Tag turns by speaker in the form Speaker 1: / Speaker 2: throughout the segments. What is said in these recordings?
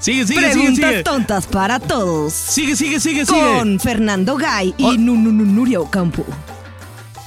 Speaker 1: Sigue, sigue, sigue,
Speaker 2: Preguntas
Speaker 1: sigue.
Speaker 2: tontas para todos.
Speaker 1: Sigue, sigue, sigue, sigue.
Speaker 2: Con Fernando Gay y
Speaker 1: Oh.
Speaker 2: Nu- Nu- Nu- Nuria Ocampo.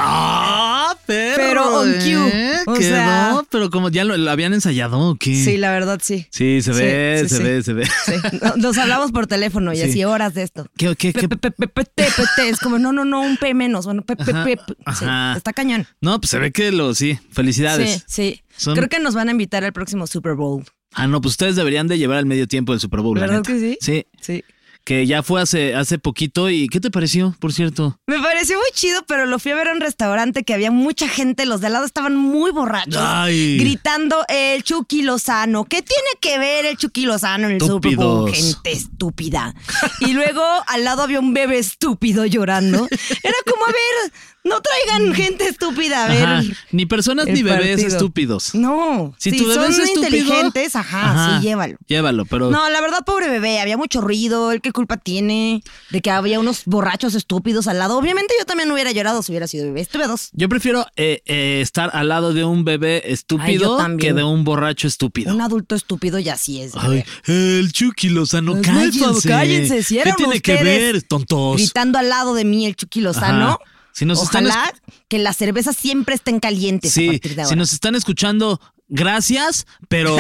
Speaker 1: Ah, perro.
Speaker 2: Pero on cue,
Speaker 1: ¿eh?
Speaker 2: o
Speaker 1: Quedó,
Speaker 2: sea-
Speaker 1: pero como ya lo, lo habían ensayado o qué.
Speaker 2: Sí, la verdad, sí.
Speaker 1: Sí, se
Speaker 2: Sí,
Speaker 1: ve,
Speaker 2: sí,
Speaker 1: se
Speaker 2: sí.
Speaker 1: ve, se ve.
Speaker 2: Sí. No, Nos hablamos por teléfono y
Speaker 1: Sí.
Speaker 2: así horas de esto.
Speaker 1: ¿Qué, qué,
Speaker 2: Pe-
Speaker 1: qué?
Speaker 2: pe- pe- pe- Pete, pete. Es como, no, no, no, un P menos. Bueno, pe- pe-
Speaker 1: Ajá,
Speaker 2: pe- pe- sí,
Speaker 1: ajá.
Speaker 2: Está cañón.
Speaker 1: No, pues se ve que lo, sí. Felicidades.
Speaker 2: Sí, sí.
Speaker 1: Son-
Speaker 2: Creo que nos van a invitar al próximo Super Bowl.
Speaker 1: Ah, no, pues ustedes deberían de llevar al medio tiempo del Super Bowl. la
Speaker 2: ¿Verdad
Speaker 1: neta.
Speaker 2: que sí?
Speaker 1: Sí.
Speaker 2: Sí.
Speaker 1: Que ya fue hace, hace poquito y ¿qué te pareció, por cierto?
Speaker 2: Me pareció muy chido, pero lo fui a ver a un restaurante que había mucha gente. Los de al lado estaban muy borrachos.
Speaker 1: Ay.
Speaker 2: Gritando el Chucky Lozano. ¿Qué tiene que ver el Chucky Lozano en el Super Bowl?
Speaker 1: Estúpidos.
Speaker 2: Gente estúpida. Y luego al lado había un bebé estúpido llorando. Era como, a ver, no traigan gente estúpida. A ver.
Speaker 1: Ajá. Ni personas
Speaker 2: el
Speaker 1: ni bebés
Speaker 2: partido.
Speaker 1: estúpidos.
Speaker 2: No.
Speaker 1: Si tu bebé
Speaker 2: son
Speaker 1: es estúpido,
Speaker 2: inteligentes, ajá, sí, llévalo.
Speaker 1: Llévalo, pero.
Speaker 2: No, la verdad, pobre bebé, había mucho ruido, ¿el qué culpa tiene? De que había unos borrachos estúpidos al lado. Obviamente yo también hubiera llorado si hubiera sido bebé. Estuve a dos.
Speaker 1: Yo prefiero eh, eh, estar al lado de un bebé
Speaker 2: yo
Speaker 1: estúpido
Speaker 2: también.
Speaker 1: que de un borracho estúpido.
Speaker 2: Un adulto estúpido y así es.
Speaker 1: Ay, el Chucky Lozano,
Speaker 2: Pues
Speaker 1: cállense.
Speaker 2: cállense, cállense, si
Speaker 1: ¿Qué
Speaker 2: eran
Speaker 1: tiene que
Speaker 2: ustedes
Speaker 1: ver, tontos?
Speaker 2: Gritando al lado de mí el Chucky Lozano.
Speaker 1: Ajá. Si nos están
Speaker 2: Ojalá que las cervezas siempre estén calientes a
Speaker 1: Sí,
Speaker 2: partir de ahora.
Speaker 1: si nos están escuchando, gracias, pero,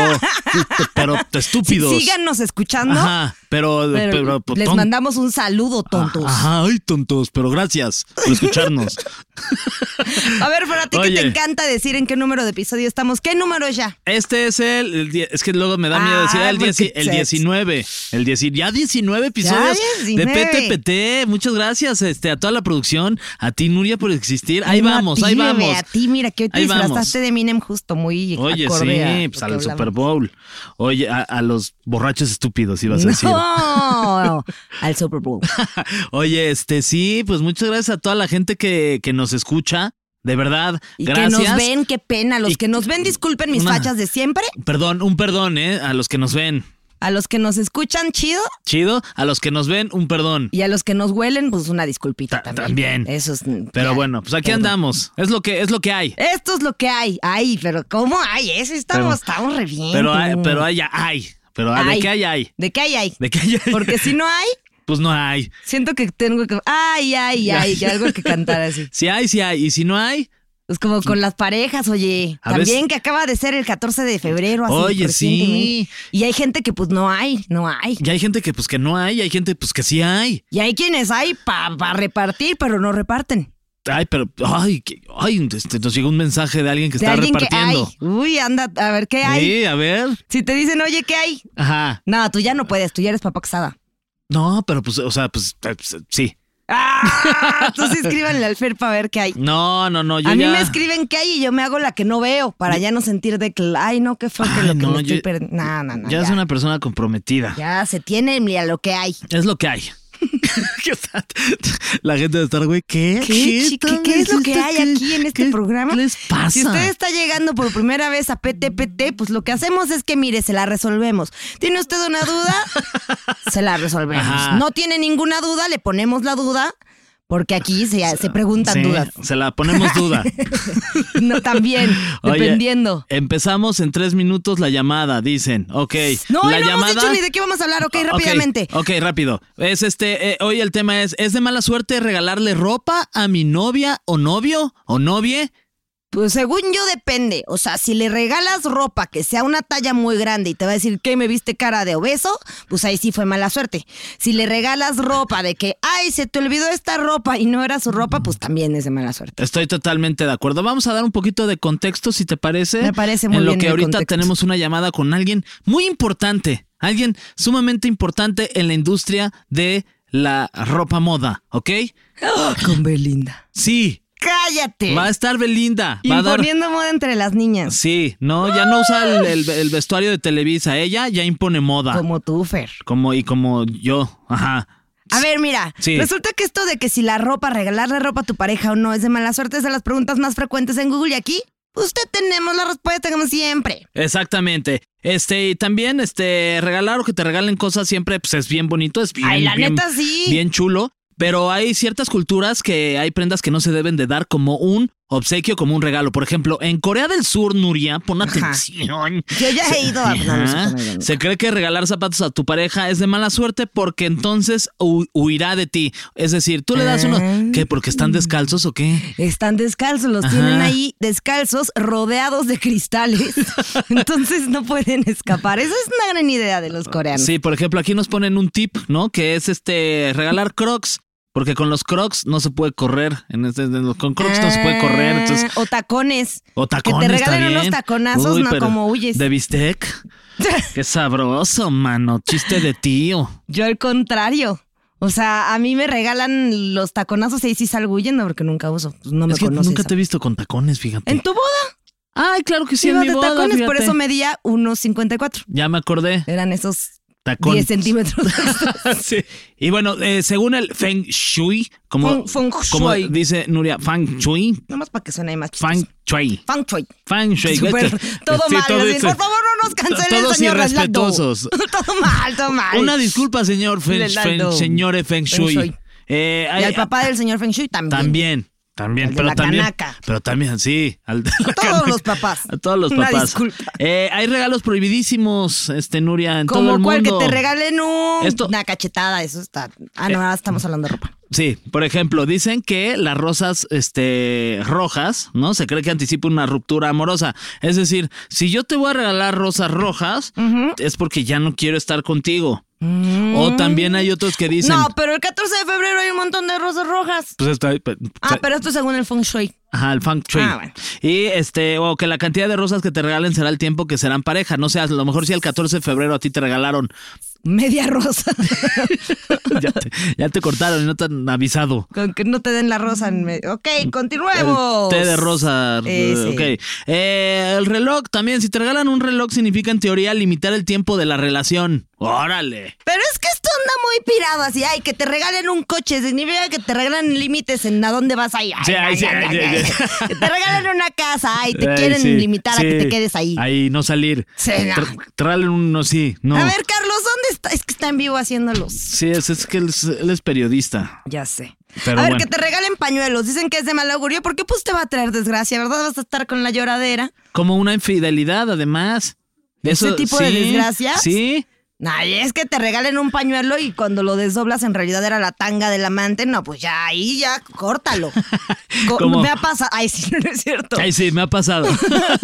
Speaker 1: pero estúpidos.
Speaker 2: Sí, síganos escuchando.
Speaker 1: Ajá, pero,
Speaker 2: pero
Speaker 1: pero, pues,
Speaker 2: les
Speaker 1: ton-
Speaker 2: mandamos un saludo, tontos.
Speaker 1: Ajá, ay, tontos, pero gracias por escucharnos.
Speaker 2: A ver, para ti que
Speaker 1: Oye.
Speaker 2: te encanta decir en qué número de episodio estamos. ¿Qué número es ya?
Speaker 1: Este es el, el die- es que luego me da miedo
Speaker 2: Ah,
Speaker 1: decir ah, el,
Speaker 2: porque
Speaker 1: dieci- el
Speaker 2: se-
Speaker 1: 19, el 19, ya 19 episodios de
Speaker 2: 19.
Speaker 1: PTPT. Muchas gracias este, a toda la producción, a ti Nuria por existir. Ahí
Speaker 2: No a
Speaker 1: vamos,
Speaker 2: ti,
Speaker 1: ahí
Speaker 2: bebé,
Speaker 1: vamos.
Speaker 2: A ti, mira, que hoy te
Speaker 1: Ahí vamos.
Speaker 2: disfrazaste de Eminem justo, muy
Speaker 1: Oye,
Speaker 2: acorde a
Speaker 1: sí,
Speaker 2: lo
Speaker 1: pues
Speaker 2: que
Speaker 1: al
Speaker 2: hablamos.
Speaker 1: Super Bowl. Oye, a, a los borrachos estúpidos ibas a decir.
Speaker 2: No, al Super Bowl.
Speaker 1: Oye, este sí, pues muchas gracias a toda la gente que, que nos escucha. De verdad,
Speaker 2: Y
Speaker 1: gracias.
Speaker 2: que nos ven, qué pena. Los
Speaker 1: Y-
Speaker 2: que nos ven, disculpen mis
Speaker 1: Una-
Speaker 2: fachas de siempre.
Speaker 1: Perdón, un perdón, ¿eh? A los que nos ven.
Speaker 2: A los que nos escuchan, chido.
Speaker 1: Chido. A los que nos ven, un perdón.
Speaker 2: Y a los que nos huelen, pues una disculpita
Speaker 1: Ta-
Speaker 2: también.
Speaker 1: también.
Speaker 2: Eso es. mm,
Speaker 1: Pero
Speaker 2: ya,
Speaker 1: bueno, pues aquí
Speaker 2: perdón.
Speaker 1: andamos. Es lo que, es lo que hay.
Speaker 2: Esto es lo que hay. Ay, pero ¿cómo hay? Eso estamos, estamos re bien.
Speaker 1: Pero hay,
Speaker 2: tú.
Speaker 1: pero hay, hay. Pero ah,
Speaker 2: Ay.
Speaker 1: ¿de qué hay, hay?
Speaker 2: ¿De qué hay? hay?
Speaker 1: ¿De qué hay, hay?
Speaker 2: Porque si no hay,
Speaker 1: Pues no hay.
Speaker 2: siento que tengo que. Ay, ay, ay, que algo que cantar así.
Speaker 1: Si hay, si hay. Y si no hay,
Speaker 2: Es como con las parejas, oye.
Speaker 1: A
Speaker 2: También
Speaker 1: veces-
Speaker 2: que acaba de ser el 14 de febrero. Así,
Speaker 1: Oye,
Speaker 2: recientemente.
Speaker 1: sí.
Speaker 2: Y hay gente que pues no hay, no hay.
Speaker 1: y hay gente que pues que no hay, y hay gente pues que sí hay.
Speaker 2: Y hay quienes hay para repartir, pero no reparten.
Speaker 1: Ay, pero, ay, que- ay, este, nos llegó un mensaje de alguien que
Speaker 2: De
Speaker 1: está
Speaker 2: alguien
Speaker 1: repartiendo.
Speaker 2: que hay. Uy, anda, a ver, ¿qué hay?
Speaker 1: Sí, a ver.
Speaker 2: Si te dicen, oye, ¿qué hay?
Speaker 1: Ajá.
Speaker 2: No, tú ya no puedes, tú ya eres papá casada.
Speaker 1: No, pero pues, o sea, pues, eh, pues, sí.
Speaker 2: ¡Ah! Tú sí escríbanle al Fer para ver qué hay.
Speaker 1: No, no, no, yo
Speaker 2: a mí
Speaker 1: ya-
Speaker 2: me escriben qué hay y yo me hago la que no veo para ya no sentir de que, ay, no, qué fue que
Speaker 1: Ay,
Speaker 2: lo que
Speaker 1: no,
Speaker 2: me estoy
Speaker 1: yo-
Speaker 2: perdiendo. No, no, no.
Speaker 1: ya
Speaker 2: Ya,
Speaker 1: es una persona comprometida.
Speaker 2: ya se tiene, mira, lo que hay.
Speaker 1: Es lo que hay. ¿Qué está? La gente de estar, güey, ¿qué?
Speaker 2: ¿Qué, chica?
Speaker 1: están-
Speaker 2: ¿Qué es lo que
Speaker 1: esto?
Speaker 2: hay
Speaker 1: ¿Qué-
Speaker 2: aquí en este
Speaker 1: qué-
Speaker 2: programa?
Speaker 1: ¿Qué les pasa?
Speaker 2: Si usted está llegando por primera vez a PTPT, pues lo que hacemos es que, mire, se la resolvemos. ¿Tiene usted una duda? se la resolvemos.
Speaker 1: Ajá.
Speaker 2: No tiene ninguna duda, le ponemos la duda, porque aquí se, se preguntan
Speaker 1: Sí,
Speaker 2: dudas.
Speaker 1: Se la ponemos duda.
Speaker 2: No, también,
Speaker 1: Oye,
Speaker 2: dependiendo.
Speaker 1: Empezamos en tres minutos la llamada, dicen. Ok.
Speaker 2: No, hoy
Speaker 1: la
Speaker 2: no
Speaker 1: llamada.
Speaker 2: hemos dicho ni de qué vamos a hablar, ok,
Speaker 1: Ok,
Speaker 2: rápidamente.
Speaker 1: Ok, rápido. Es este, eh, hoy el tema es, ¿es de mala suerte regalarle ropa a mi novia o novio o novie?
Speaker 2: Pues según yo depende. O sea, si le regalas ropa que sea una talla muy grande y te va a decir que me viste cara de obeso, pues ahí sí fue mala suerte. Si le regalas ropa de que, ay, se te olvidó esta ropa y no era su ropa, pues también es de mala suerte.
Speaker 1: Estoy totalmente de acuerdo. Vamos a dar un poquito de contexto, si te parece.
Speaker 2: Me parece muy
Speaker 1: En lo
Speaker 2: bien
Speaker 1: que
Speaker 2: el
Speaker 1: ahorita
Speaker 2: contexto.
Speaker 1: tenemos una llamada con alguien muy importante. Alguien sumamente importante en la industria de la ropa moda, ¿ok?
Speaker 2: Con Belinda.
Speaker 1: Sí,
Speaker 2: Cállate.
Speaker 1: va a estar Belinda. Va a dar...
Speaker 2: Imponiendo moda entre las niñas.
Speaker 1: Sí, no, ya no usa el, el- el vestuario de Televisa. Ella ya impone moda. Como,
Speaker 2: Como tú, Fer.
Speaker 1: y como yo. Ajá.
Speaker 2: A ver, mira,
Speaker 1: Sí.
Speaker 2: resulta que esto de que si la ropa, regalarle ropa a tu pareja o no es de mala suerte es de las preguntas más frecuentes en Google y aquí usted tenemos la respuesta como siempre.
Speaker 1: Exactamente. Este, y también, este, regalar o que te regalen cosas siempre, pues es bien bonito, es bien.
Speaker 2: Ay, la
Speaker 1: bien-
Speaker 2: neta sí.
Speaker 1: Bien chulo. Pero hay ciertas culturas que hay prendas que no se deben de dar como un obsequio, como un regalo. Por ejemplo, en Corea del Sur, Nuria, pon
Speaker 2: Ajá.
Speaker 1: atención.
Speaker 2: Yo ya he ido a... no, no,
Speaker 1: Ajá.
Speaker 2: no, no, no.
Speaker 1: Se cree que regalar zapatos a tu pareja es de mala suerte porque entonces hu- huirá de ti. Es decir, tú le das uno.
Speaker 2: Ah.
Speaker 1: ¿Qué? ¿Porque están descalzos o qué?
Speaker 2: Están descalzos, los tienen ahí descalzos, rodeados de cristales. Entonces no pueden escapar. Esa es una gran idea de los coreanos.
Speaker 1: Sí, por ejemplo, aquí nos ponen un tip, ¿no? Que es este regalar crocs. Porque con los crocs no se puede correr. En este- en los- con crocs no se puede correr. Entonces,
Speaker 2: Ah, o tacones.
Speaker 1: O tacones
Speaker 2: Que te regalen
Speaker 1: está bien.
Speaker 2: unos taconazos,
Speaker 1: Uy,
Speaker 2: no
Speaker 1: pero
Speaker 2: como huyes.
Speaker 1: De bistec. Qué sabroso, mano. Chiste de tío.
Speaker 2: Yo al contrario. O sea, a mí me regalan los taconazos y sí salgo huyendo porque nunca uso. Pues no me
Speaker 1: es que
Speaker 2: conoces.
Speaker 1: nunca te he visto con tacones, fíjate.
Speaker 2: En tu boda.
Speaker 1: Ay, claro que sí, en
Speaker 2: iba
Speaker 1: mi
Speaker 2: de
Speaker 1: boda,
Speaker 2: tacones, por
Speaker 1: fíjate.
Speaker 2: eso medía 1.54.
Speaker 1: Ya me acordé.
Speaker 2: Eran esos 10
Speaker 1: Tacones.
Speaker 2: centímetros.
Speaker 1: Sí. Y bueno, eh, según el Feng Shui, como,
Speaker 2: Feng- Feng
Speaker 1: como
Speaker 2: Shui.
Speaker 1: dice Nuria, Feng Shui,
Speaker 2: Nomás para que suene ahí más chistoso.
Speaker 1: Feng Shui.
Speaker 2: Feng Shui.
Speaker 1: Feng Shui.
Speaker 2: Súper- todo
Speaker 1: Sí,
Speaker 2: mal. así,
Speaker 1: es-
Speaker 2: por favor, no nos cancelen,
Speaker 1: Todos
Speaker 2: señor Reynaldo.
Speaker 1: irrespetuosos.
Speaker 2: todo mal, todo mal.
Speaker 1: Una disculpa, señor Feng,
Speaker 2: Leonardo.
Speaker 1: Feng- señor Feng Shui.
Speaker 2: Feng Shui.
Speaker 1: Eh,
Speaker 2: y
Speaker 1: hay-
Speaker 2: al papá del señor Feng Shui también.
Speaker 1: También, también,
Speaker 2: Al de
Speaker 1: pero
Speaker 2: la
Speaker 1: también.
Speaker 2: canaca.
Speaker 1: Pero también, sí. al de la
Speaker 2: A todos los papás.
Speaker 1: A todos los
Speaker 2: Una
Speaker 1: papás.
Speaker 2: disculpa.
Speaker 1: Eh, hay regalos prohibidísimos, este Nuria, en todo
Speaker 2: Como
Speaker 1: el
Speaker 2: cual que
Speaker 1: mundo.
Speaker 2: te regalen un-
Speaker 1: Esto- Eh,
Speaker 2: una cachetada, eso está. Ah, no, ahora estamos hablando de ropa.
Speaker 1: Sí, por ejemplo, dicen que las rosas este, rojas, ¿no? Se cree que anticipa una ruptura amorosa. Es decir, si yo te voy a regalar rosas rojas, es porque ya no quiero estar contigo. O también hay otros que dicen.
Speaker 2: Mm. No, pero el 14 de febrero hay un montón de rosas rojas.
Speaker 1: pues está- pues,
Speaker 2: Ah, pero esto según el Feng Shui.
Speaker 1: Ajá, el feng shui.
Speaker 2: Ah, bueno.
Speaker 1: Y este, o que la cantidad de rosas que te regalen será el tiempo que serán pareja. No seas, a lo mejor si el 14 de febrero a ti te regalaron,
Speaker 2: Media rosa.
Speaker 1: ya te, ya te cortaron y no te han avisado.
Speaker 2: Con que no te den la rosa. en medio. Ok,
Speaker 1: El
Speaker 2: continuemos.
Speaker 1: té de rosa.
Speaker 2: Eh, sí.
Speaker 1: ok. Eh, el reloj también. Si te regalan un reloj, significa en teoría limitar el tiempo de la relación. Órale.
Speaker 2: Pero es que esto anda muy pirado así. Ay, que te regalen un coche. Significa que te regalan límites en a dónde vas ahí. Ay,
Speaker 1: Sí, ay,
Speaker 2: ay,
Speaker 1: sí,
Speaker 2: ay,
Speaker 1: ay,
Speaker 2: ay,
Speaker 1: ay,
Speaker 2: ay. Que te regalen una casa. Ay, te
Speaker 1: Ay,
Speaker 2: quieren
Speaker 1: sí,
Speaker 2: limitar a que
Speaker 1: sí.
Speaker 2: te quedes ahí.
Speaker 1: Ahí, no salir.
Speaker 2: Sí, no.
Speaker 1: Tra- Tralen un no, sí, no.
Speaker 2: A ver, Carlos, ¿dónde está? Es que está en vivo haciéndolos.
Speaker 1: Sí, es, es que él es, él es periodista.
Speaker 2: Ya sé.
Speaker 1: Pero
Speaker 2: a ver,
Speaker 1: bueno.
Speaker 2: que te regalen pañuelos. Dicen que es de mal augurio. ¿Por qué pues te va a traer desgracia? ¿Verdad? Vas a estar con la lloradera.
Speaker 1: Como una infidelidad, además.
Speaker 2: ¿Ese
Speaker 1: Eso-
Speaker 2: tipo de
Speaker 1: sí,
Speaker 2: desgracias?
Speaker 1: Sí.
Speaker 2: Ay, es que te regalen un pañuelo y cuando lo desdoblas en realidad era la tanga del amante. No, pues ya ahí ya córtalo. Co-
Speaker 1: ¿Cómo?
Speaker 2: Me ha pasado. Ay, sí, no es cierto.
Speaker 1: Ay, sí, me ha pasado.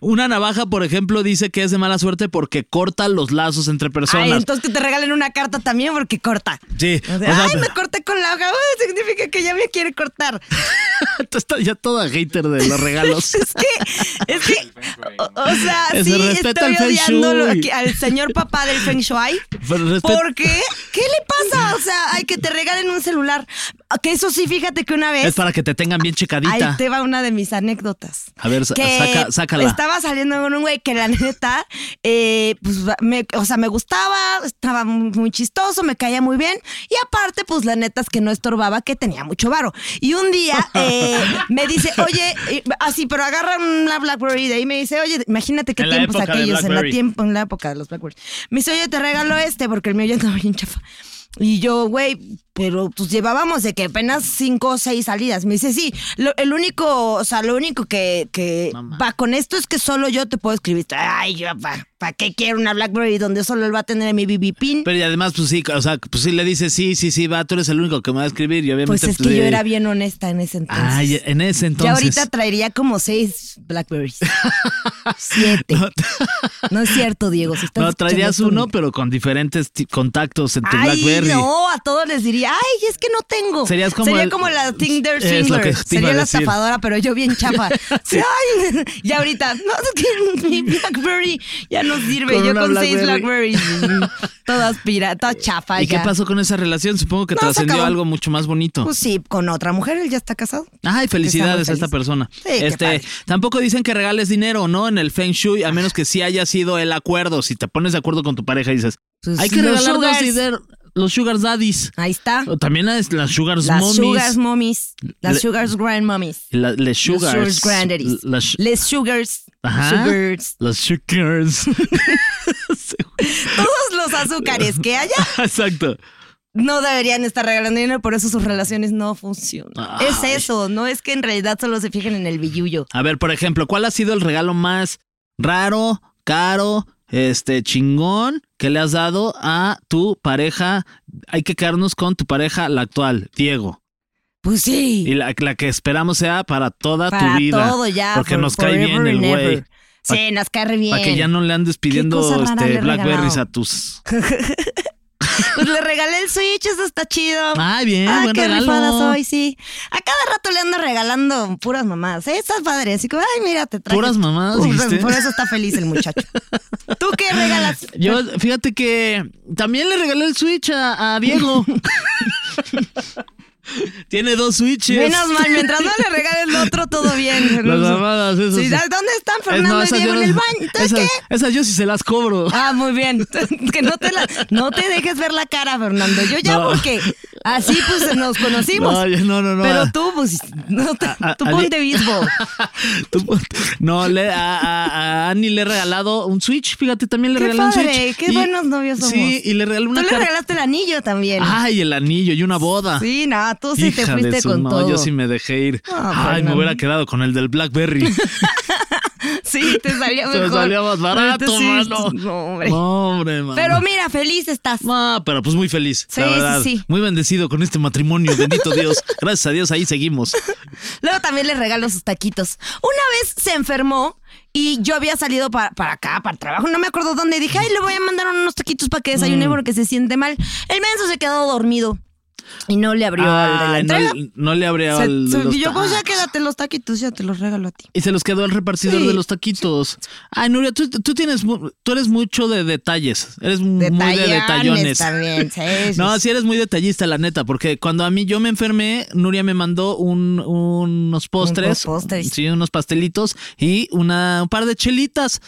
Speaker 1: una navaja, por ejemplo, dice que es de mala suerte porque corta los lazos entre personas.
Speaker 2: Ay, entonces que te regalen una carta también porque corta.
Speaker 1: Sí.
Speaker 2: O sea,
Speaker 1: o sea,
Speaker 2: ay, me corté con la hoja. Uy, significa que ya me quiere cortar.
Speaker 1: tú estás ya toda hater de los regalos.
Speaker 2: Es que, es que, o, o sea,
Speaker 1: Que se
Speaker 2: sí,
Speaker 1: respeta
Speaker 2: estoy
Speaker 1: el Feng
Speaker 2: odiando lo
Speaker 1: Shui.
Speaker 2: que- al señor papá del Feng Shui.
Speaker 1: Pero respet-
Speaker 2: ¿Por qué? ¿Qué le pasa? O sea, hay que te regalen un celular. Que eso sí, fíjate que una vez.
Speaker 1: es para que te tengan bien
Speaker 2: Ahí
Speaker 1: checadita.
Speaker 2: te va una de mis anécdotas.
Speaker 1: A ver, sa-
Speaker 2: Que
Speaker 1: saca- sácala.
Speaker 2: Estaba saliendo con un güey que la neta, eh, pues, me- o sea, me gustaba, estaba muy, muy chistoso, me caía muy bien. Y aparte, pues la neta es que no estorbaba, que tenía mucho varo. Y un día eh, me dice, oye, eh, así, pero agarra una Blackberry de ahí. Me dice, oye, imagínate qué
Speaker 1: En la
Speaker 2: tiempos
Speaker 1: época de
Speaker 2: aquellos, en la,
Speaker 1: Blackberry.
Speaker 2: tiempo, en la época de los Blackberry. Me dice, oye, te regalo este, porque el mío ya estaba bien chafa. Y yo, güey, pues pero pues llevábamos de que apenas cinco o seis salidas. Me dice, sí, lo- el único, o sea, lo único que, que va con esto es que solo yo te puedo escribir. Ay, yo, ¿para qué quiero una BlackBerry donde solo él va a tener mi BB pin?
Speaker 1: Pero y además, pues sí, o sea, pues sí le dice, sí, sí, sí, va, tú eres el único que me va a escribir. Y obviamente,
Speaker 2: pues es que
Speaker 1: pues,
Speaker 2: yo
Speaker 1: eh,
Speaker 2: era bien honesta en ese entonces.
Speaker 1: Ay, en ese
Speaker 2: Ya
Speaker 1: entonces.
Speaker 2: ahorita traería como seis Blackberries. Siete. No, es cierto, Diego. Si estás
Speaker 1: No, traías
Speaker 2: escuchando
Speaker 1: uno,
Speaker 2: esto,
Speaker 1: pero con diferentes ti- contactos en tu
Speaker 2: Ay,
Speaker 1: Blackberry.
Speaker 2: no, a todos les diría, ay, es que no tengo.
Speaker 1: Serías como
Speaker 2: Sería
Speaker 1: el-
Speaker 2: como la Tinder
Speaker 1: Es lo
Speaker 2: Swindler.
Speaker 1: que te iba
Speaker 2: Sería
Speaker 1: a
Speaker 2: la
Speaker 1: decir.
Speaker 2: estafadora, pero yo bien chapa. Sí, ay, ya ahorita, no, es que mi Blackberry ya no sirve.
Speaker 1: Con
Speaker 2: yo
Speaker 1: una
Speaker 2: con seis
Speaker 1: Blackberry.
Speaker 2: Blackberries, mm, todas piratas, toda chafa.
Speaker 1: ¿Y qué
Speaker 2: ya.
Speaker 1: pasó con esa relación? Supongo que
Speaker 2: No, se
Speaker 1: trascendió
Speaker 2: acabó.
Speaker 1: algo mucho más bonito.
Speaker 2: Pues sí, con otra mujer, él ya está casado.
Speaker 1: Ay, felicidades a
Speaker 2: Está muy
Speaker 1: esta
Speaker 2: feliz.
Speaker 1: persona.
Speaker 2: Sí, qué
Speaker 1: este,
Speaker 2: padre.
Speaker 1: tampoco dicen que regales dinero, ¿no? En el Feng Shui, a menos que sí haya sido el acuerdo. Si te pones de acuerdo con tu pareja y dices,
Speaker 2: Pues,
Speaker 1: hay que
Speaker 2: los
Speaker 1: regalar los
Speaker 2: sugars.
Speaker 1: dinero, los Sugar Daddies.
Speaker 2: Ahí está.
Speaker 1: O También las, las Sugar
Speaker 2: Las
Speaker 1: Mommies.
Speaker 2: Sugars Mommies. Las
Speaker 1: Le-
Speaker 2: Sugars Grand Mommies.
Speaker 1: La- les
Speaker 2: Los
Speaker 1: Sugars.
Speaker 2: Sugars Grandaries.
Speaker 1: Las, su-
Speaker 2: Les Sugars.
Speaker 1: Ajá.
Speaker 2: Sugars.
Speaker 1: las Sugars.
Speaker 2: Todos los azúcares que haya
Speaker 1: Exacto.
Speaker 2: no deberían estar regalando dinero, por eso sus relaciones no funcionan. Es eso, no es que en realidad solo se fijen en el billuyo.
Speaker 1: A ver, por ejemplo, ¿cuál ha sido el regalo más raro, caro, este chingón que le has dado a tu pareja? Hay que quedarnos con tu pareja, la actual, Diego.
Speaker 2: Pues
Speaker 1: Y
Speaker 2: sí,
Speaker 1: la, la que esperamos sea para toda
Speaker 2: para
Speaker 1: tu vida.
Speaker 2: todo ya.
Speaker 1: Porque
Speaker 2: for-
Speaker 1: nos cae bien
Speaker 2: forever
Speaker 1: el
Speaker 2: and
Speaker 1: güey.
Speaker 2: ever. Sí, nos cae re bien.
Speaker 1: Para que ya no le andes
Speaker 2: cosa
Speaker 1: pidiendo
Speaker 2: rara le
Speaker 1: este,
Speaker 2: he
Speaker 1: Blackberries
Speaker 2: regalado?
Speaker 1: a tus.
Speaker 2: Pues le regalé el Switch, eso está chido.
Speaker 1: Ay, bien,
Speaker 2: Ah,
Speaker 1: eh, buen
Speaker 2: qué
Speaker 1: regalo.
Speaker 2: rifada soy, sí. A cada rato le ando regalando puras mamás. ¿eh? Estás padre. Así como, ay, mira, te traje.
Speaker 1: Puras mamadas,
Speaker 2: Por-
Speaker 1: dijiste.
Speaker 2: Por eso está feliz el muchacho. ¿Tú qué regalas?
Speaker 1: Yo, fíjate que también le regalé el Switch a, a Diego. Tiene dos Switches.
Speaker 2: Menos mal, mientras no le regales el otro, todo bien.
Speaker 1: Este, Las mamadas, eso
Speaker 2: Sí,
Speaker 1: sí.
Speaker 2: ¿Dónde están
Speaker 1: Es-
Speaker 2: Fernando
Speaker 1: no,
Speaker 2: y
Speaker 1: esas
Speaker 2: Diego
Speaker 1: yo
Speaker 2: en el
Speaker 1: no-
Speaker 2: baño? ¿Entonces
Speaker 1: esas,
Speaker 2: qué?
Speaker 1: esas yo sí se las cobro.
Speaker 2: Ah, muy bien. Que no te, la- no te dejes ver la cara, Fernando. Yo ya
Speaker 1: No.
Speaker 2: porque así pues nos conocimos.
Speaker 1: No, yo- no, no, no.
Speaker 2: Pero tú, pues, no te-
Speaker 1: a-
Speaker 2: tú
Speaker 1: a-
Speaker 2: ponte bisbo.
Speaker 1: Tú pon- no, le, a, a- a Ani le he regalado un Switch. Fíjate, también le
Speaker 2: Qué
Speaker 1: regalé un
Speaker 2: padre,
Speaker 1: Switch.
Speaker 2: qué buenos novios
Speaker 1: Sí,
Speaker 2: somos.
Speaker 1: y le regalé
Speaker 2: Tú
Speaker 1: una
Speaker 2: le
Speaker 1: car-
Speaker 2: regalaste el anillo también.
Speaker 1: Ay, el anillo y una boda.
Speaker 2: Sí, nada, tú sí te
Speaker 1: Hija de
Speaker 2: fuiste
Speaker 1: su-
Speaker 2: con
Speaker 1: no,
Speaker 2: todo.
Speaker 1: yo sí me dejé ir.
Speaker 2: No,
Speaker 1: Ay, me
Speaker 2: Fernando.
Speaker 1: hubiera quedado con el del Blackberry.
Speaker 2: Sí, te salía
Speaker 1: Te
Speaker 2: mejor.
Speaker 1: salía más barato,
Speaker 2: Entonces,
Speaker 1: mano.
Speaker 2: No, hombre.
Speaker 1: No, hombre, mano.
Speaker 2: Pero mira, feliz estás.
Speaker 1: No, pero pues muy feliz.
Speaker 2: Sí,
Speaker 1: la
Speaker 2: sí,
Speaker 1: verdad.
Speaker 2: sí.
Speaker 1: Muy bendecido con este matrimonio, bendito Dios. Gracias a Dios, ahí seguimos.
Speaker 2: Luego también les regalo sus taquitos. Una vez se enfermó y yo había salido pa- para acá, para el trabajo. No me acuerdo dónde. Dije, ay, le voy a mandar unos taquitos para que
Speaker 1: Mm.
Speaker 2: desayune porque se siente mal. El menso se quedó dormido y no le abrió al de la
Speaker 1: Ay, no,
Speaker 2: entrega.
Speaker 1: no le habría
Speaker 2: Se-
Speaker 1: al de
Speaker 2: se-
Speaker 1: los
Speaker 2: y yo, pues ya
Speaker 1: tacos.
Speaker 2: quédate los taquitos, ya te los regalo a ti.
Speaker 1: Y se los quedó el repartidor
Speaker 2: Sí.
Speaker 1: de los taquitos. Ay, Nuria, tú, tú tienes, mu- tú eres mucho de detalles. Eres muy de detallones.
Speaker 2: También, sí, sí,
Speaker 1: No,
Speaker 2: sí.
Speaker 1: sí eres muy detallista, la neta, porque cuando a mí yo me enfermé, Nuria me mandó un- unos postres,
Speaker 2: postres.
Speaker 1: sí, unos pastelitos y una, un par de chelitas.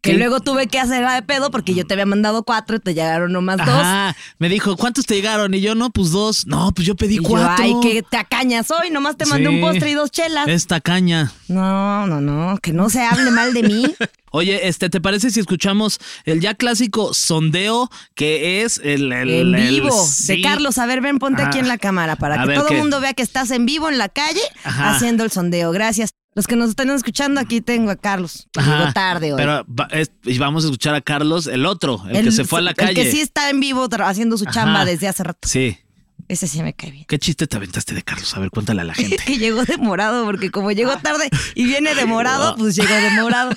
Speaker 2: Que luego tuve que hacerla de pedo porque yo te había mandado cuatro y te llegaron nomás dos.
Speaker 1: Ajá, me dijo, ¿cuántos te llegaron? Y yo, no, pues dos. No, pues yo pedí
Speaker 2: Y yo,
Speaker 1: cuatro.
Speaker 2: ay, que te acañas hoy, nomás te mandé
Speaker 1: Sí.
Speaker 2: un postre y dos chelas.
Speaker 1: Esta caña.
Speaker 2: No, no, no, que no se hable mal de mí.
Speaker 1: Oye, este, ¿te parece si escuchamos el ya clásico sondeo que es el, el-
Speaker 2: En
Speaker 1: el-
Speaker 2: vivo,
Speaker 1: sí.
Speaker 2: de Carlos. A ver, ven, ponte aquí
Speaker 1: Ah.
Speaker 2: en la cámara para
Speaker 1: A
Speaker 2: que
Speaker 1: ver,
Speaker 2: todo
Speaker 1: ¿qué?
Speaker 2: el mundo vea que estás en vivo en la calle
Speaker 1: Ajá.
Speaker 2: haciendo el sondeo. Gracias. Los que nos están escuchando, aquí tengo a Carlos. que
Speaker 1: Ajá,
Speaker 2: Llegó tarde hoy.
Speaker 1: Pero va- es- y vamos a escuchar a Carlos, el otro, el, que se fue a la calle.
Speaker 2: El que sí está en vivo tra- haciendo su chamba
Speaker 1: Ajá.
Speaker 2: desde hace rato.
Speaker 1: Sí.
Speaker 2: Ese sí me cae bien.
Speaker 1: ¿Qué chiste te aventaste de Carlos? A ver, cuéntale a la gente. Ah.
Speaker 2: Que llegó demorado, porque como llegó tarde y viene demorado, pues llegó demorado.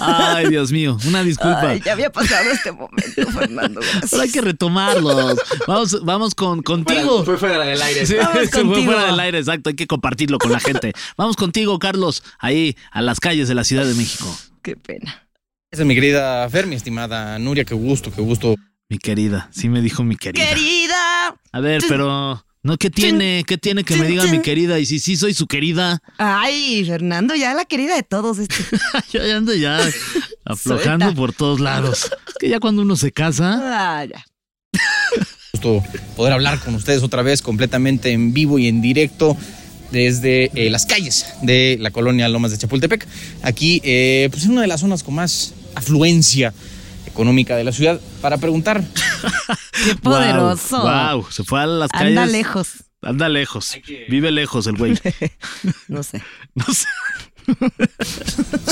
Speaker 1: Ay, Dios mío, una disculpa.
Speaker 2: Ay, ya había pasado este momento, Fernando. gracias.
Speaker 1: Pero hay que retomarlos. Vamos, vamos con, contigo.
Speaker 3: Fue fuera del aire.
Speaker 1: Sí,
Speaker 2: Vamos
Speaker 1: se fue
Speaker 2: contigo.
Speaker 1: fuera del aire, exacto. Hay que compartirlo con la gente. Vamos contigo, Carlos, ahí a las calles de la Ciudad de México.
Speaker 2: Qué pena.
Speaker 4: Esa es mi querida Fer, mi estimada Nuria, qué gusto, qué gusto.
Speaker 1: Mi querida, sí me dijo mi querida.
Speaker 2: Querida.
Speaker 1: A ver, pero no, ¿qué tiene? ¿Qué tiene que me
Speaker 2: Chin,
Speaker 1: diga
Speaker 2: chin.
Speaker 1: mi querida? Y si sí soy su querida,
Speaker 2: Ay, Fernando, ya la querida de todos. Este.
Speaker 1: yo ya ando ya aflojando
Speaker 2: Suelta.
Speaker 1: por todos lados. Es que ya cuando uno se casa,
Speaker 2: Ah, ya.
Speaker 4: gusto poder hablar con ustedes otra vez completamente en vivo y en directo desde eh, las calles de la colonia Lomas de Chapultepec. Aquí, eh, pues en una de las zonas con más afluencia económica de la ciudad para preguntar.
Speaker 2: Qué poderoso.
Speaker 1: Wow, se fue a las calles.
Speaker 2: Anda lejos.
Speaker 1: Anda lejos. Vive lejos el güey.
Speaker 2: No sé.
Speaker 1: No sé.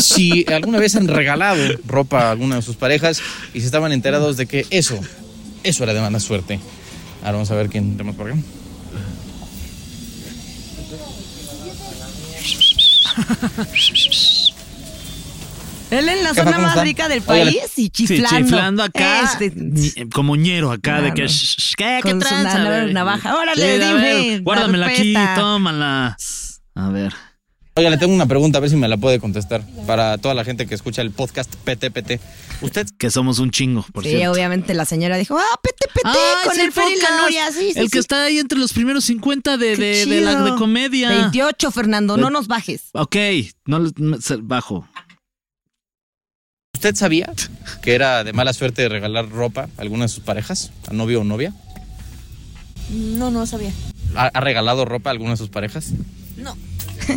Speaker 4: si alguna vez han regalado ropa a alguna de sus parejas y se estaban enterados de que eso, eso era de mala suerte. Ahora vamos a ver quién tenemos por acá.
Speaker 2: Él en la
Speaker 4: Jefa,
Speaker 2: zona
Speaker 4: ¿cómo
Speaker 2: más
Speaker 4: está?
Speaker 2: rica del
Speaker 4: Óyale.
Speaker 2: país y chiflando.
Speaker 1: Sí, chiflando acá.
Speaker 2: Este-
Speaker 1: ni- eh, como ñero acá, de que.
Speaker 2: Claro.
Speaker 1: "Shh, shh, ¿Qué, qué
Speaker 2: Con su
Speaker 1: tranza,
Speaker 2: nana-
Speaker 1: güey?"
Speaker 2: navaja. Órale,
Speaker 1: Sí, a
Speaker 2: dime,
Speaker 1: ver, Guárdamela aquí,
Speaker 2: carpeta.
Speaker 1: tómala. A ver.
Speaker 4: Oiga, le tengo una pregunta, a ver si me la puede contestar. Para toda la gente que escucha el podcast PTPT. ¿Usted
Speaker 1: Que somos un chingo, por
Speaker 2: Sí,
Speaker 1: cierto.
Speaker 2: obviamente la señora dijo, ah, pete, pete,
Speaker 1: Ah,
Speaker 2: con
Speaker 1: es
Speaker 2: el, Fer y la
Speaker 1: podcast,
Speaker 2: novia. Sí, sí,
Speaker 1: el
Speaker 2: sí.
Speaker 1: que está ahí entre los primeros 50 de,
Speaker 2: Qué
Speaker 1: de, de la
Speaker 2: chido.
Speaker 1: de comedia.
Speaker 2: 28, Fernando, no nos bajes.
Speaker 1: Ok, no les- no, se- bajo.
Speaker 4: ¿Usted sabía que era de mala suerte regalar ropa a alguna de sus parejas? ¿A novio o novia?
Speaker 5: No, no sabía.
Speaker 4: ¿Ha, ha regalado ropa a alguna de sus parejas?
Speaker 5: No.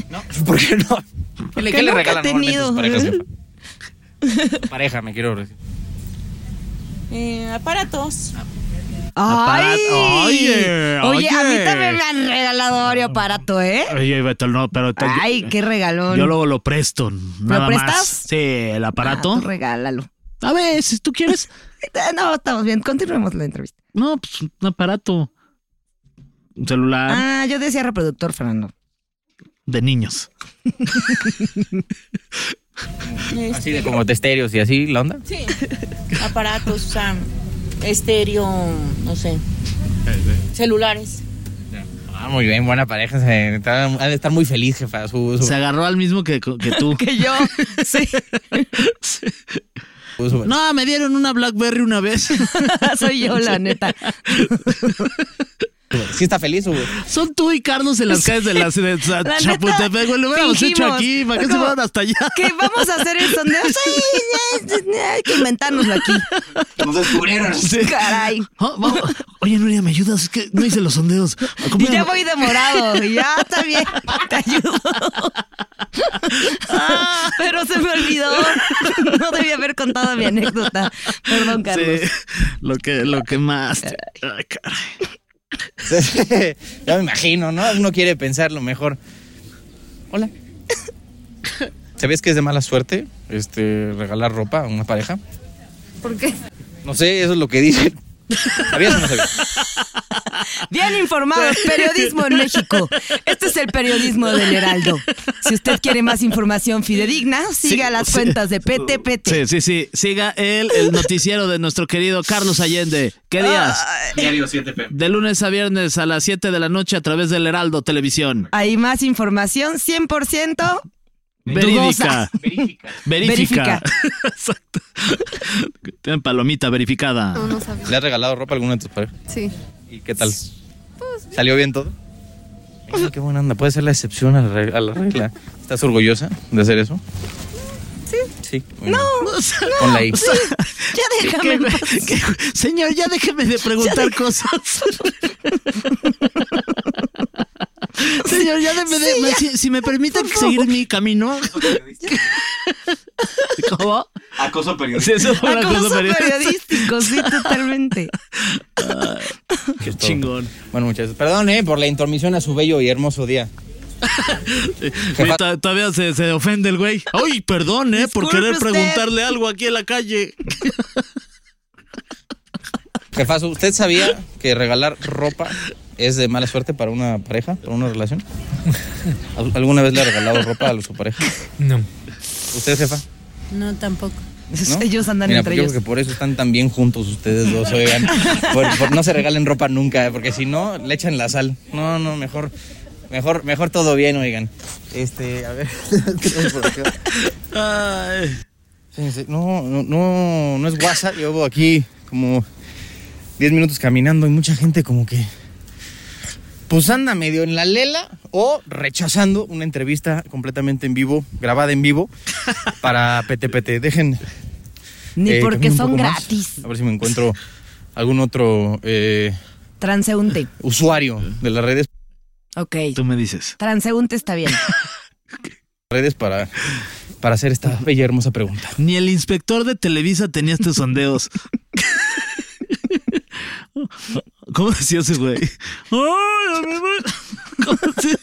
Speaker 4: ¿No? ¿Por qué no? ¿Qué,
Speaker 2: nunca
Speaker 4: le
Speaker 2: he
Speaker 4: regalan normalmente a sus
Speaker 2: tenido.
Speaker 4: parejas, jefa? Pareja, me quiero decir.
Speaker 5: Eh, aparatos.
Speaker 2: Ay,
Speaker 1: Oye,
Speaker 2: Oye, a mí
Speaker 1: oye.
Speaker 2: también me han regalado Oreo aparato, ¿eh?
Speaker 1: Oye, Beto, no, pero. te-
Speaker 2: Ay, qué regalón.
Speaker 1: Yo luego lo presto. Nada
Speaker 2: prestas?
Speaker 1: Más. Sí, el
Speaker 2: Ah,
Speaker 1: aparato.
Speaker 2: tú regálalo. Eh,
Speaker 1: a ver, si tú quieres.
Speaker 2: No, estamos bien, continuemos la entrevista.
Speaker 1: No, pues un aparato. Un celular
Speaker 2: Ah, yo decía reproductor, Fernando.
Speaker 1: de niños.
Speaker 4: Así de como de estéreos y así, ¿la onda?
Speaker 5: Sí. aparatos, o sea, estéreo, no sé. Celulares.
Speaker 4: Ah, muy bien, buena pareja. Se, está- ha de estar muy feliz, jefa. Su, su-
Speaker 1: Se agarró al mismo que, que tú.
Speaker 2: Que yo, sí,
Speaker 4: su- su-
Speaker 1: No, me dieron una Blackberry una vez.
Speaker 2: soy yo, la neta.
Speaker 4: ¿Sí está feliz? su-
Speaker 1: Son tú y Carlos en las calles de, la, de Sa-
Speaker 2: La neta,
Speaker 1: Chapultepec. güey. Lo hubiéramos hecho
Speaker 2: fingimos.
Speaker 1: aquí. ¿Para qué se
Speaker 2: ¿Cómo?
Speaker 1: fueron hasta allá?
Speaker 2: Que vamos a hacer el sondeo. Sí, hay que inventárnoslo aquí.
Speaker 4: Nos descubrieron.
Speaker 2: Caray.
Speaker 1: Oh, vamos. Oye, Nuria, ¿me ayudas? Es que no hice los sondeos.
Speaker 2: Y ya
Speaker 1: Acompáñame.
Speaker 2: voy demorado. Ya está bien. Te ayudo. Ah, pero se me olvidó. No debía haber contado mi anécdota. Perdón, Carlos.
Speaker 1: Sí, lo que, lo que más. te- Ay, caray.
Speaker 4: ya me imagino, ¿no? Uno quiere pensarlo mejor. Hola. ¿Sabías que es de mala suerte este, regalar ropa a una pareja?
Speaker 2: ¿Por qué?
Speaker 4: No sé, eso es lo que dicen. ¿Sabías o no sabías?
Speaker 2: Bien informados, periodismo en México. Este es el periodismo del Heraldo. Si usted quiere más información fidedigna, siga las
Speaker 1: sí.
Speaker 2: cuentas de PTPT.
Speaker 1: Sí, sí, sí. Siga el, el noticiero de nuestro querido Carlos Allende. ¿Qué días?
Speaker 4: Diario 7p.
Speaker 1: De lunes a viernes a las 7 de la noche a través del Heraldo Televisión.
Speaker 2: Hay más información 100%.
Speaker 1: Verídica. Verifica.
Speaker 2: Verifica.
Speaker 1: Exacto. Tienen palomita verificada.
Speaker 6: No sabía.
Speaker 4: ¿Le has regalado ropa a alguna de tus parejas?
Speaker 6: Sí.
Speaker 4: ¿Y qué tal? ¿Salió Pues, bien todo? Ay, Pues, qué buena onda. Puede ser la excepción a la reg- a la regla. ¿Estás orgullosa de hacer eso? Sí. Sí. No. Con la I.
Speaker 2: Ya déjame. en paz.
Speaker 1: señor, ya déjeme de preguntar cosas. señor, ya déjeme de. me- si, si me permite seguir mi camino. ¿Cómo?
Speaker 7: Acoso
Speaker 1: Sí,
Speaker 7: periodístico.
Speaker 1: eso fue una
Speaker 2: Acoso
Speaker 1: cosa periodista.
Speaker 2: periodístico, sí, totalmente.
Speaker 4: Que es todo.
Speaker 1: Chingón.
Speaker 4: Bueno, muchas gracias. Perdón, eh, por la intromisión a su bello y hermoso día.
Speaker 1: Oye, to- Todavía se, se ofende el güey. Ay, perdón, ¿eh? Por
Speaker 2: Disculpe
Speaker 1: querer
Speaker 2: usted.
Speaker 1: preguntarle algo aquí en la calle.
Speaker 4: Jefazo, ¿usted sabía que regalar ropa es de mala suerte para una pareja, para una relación? ¿Al- ¿Alguna vez le ha regalado ropa a su pareja?
Speaker 8: No.
Speaker 4: ¿Usted, jefa?
Speaker 5: No, tampoco.
Speaker 4: ¿No?
Speaker 2: Ellos andan
Speaker 4: Mira,
Speaker 2: entre
Speaker 4: pues yo
Speaker 2: ellos.
Speaker 4: creo que por eso están tan bien juntos ustedes dos, oigan. Por- por- no se regalen ropa nunca, eh, porque si no, le echan la sal. No, no, mejor, mejor, mejor todo bien, oigan. Este, a ver. ¿qué tenemos por acá?
Speaker 1: Ay.
Speaker 4: Fíjense, No, no, no, no es WhatsApp. Llevo aquí como 10 minutos caminando y mucha gente como que... Pues anda medio en la lela o rechazando una entrevista completamente en vivo, grabada en vivo, para PTPT. Dejen,
Speaker 2: Ni
Speaker 4: eh,
Speaker 2: porque
Speaker 4: camino un
Speaker 2: son
Speaker 4: poco más.
Speaker 2: gratis.
Speaker 4: A ver si me encuentro algún otro eh,
Speaker 2: Transeúnte.
Speaker 4: usuario de las redes,
Speaker 2: Ok.
Speaker 1: Tú me dices.
Speaker 2: Transeúnte está bien.
Speaker 4: redes para para hacer esta bella y hermosa pregunta.
Speaker 1: Ni el inspector de Televisa tenía estos sondeos. ¿Cómo decía ese güey? ¡Ay, mi güey! ¿Cómo decía,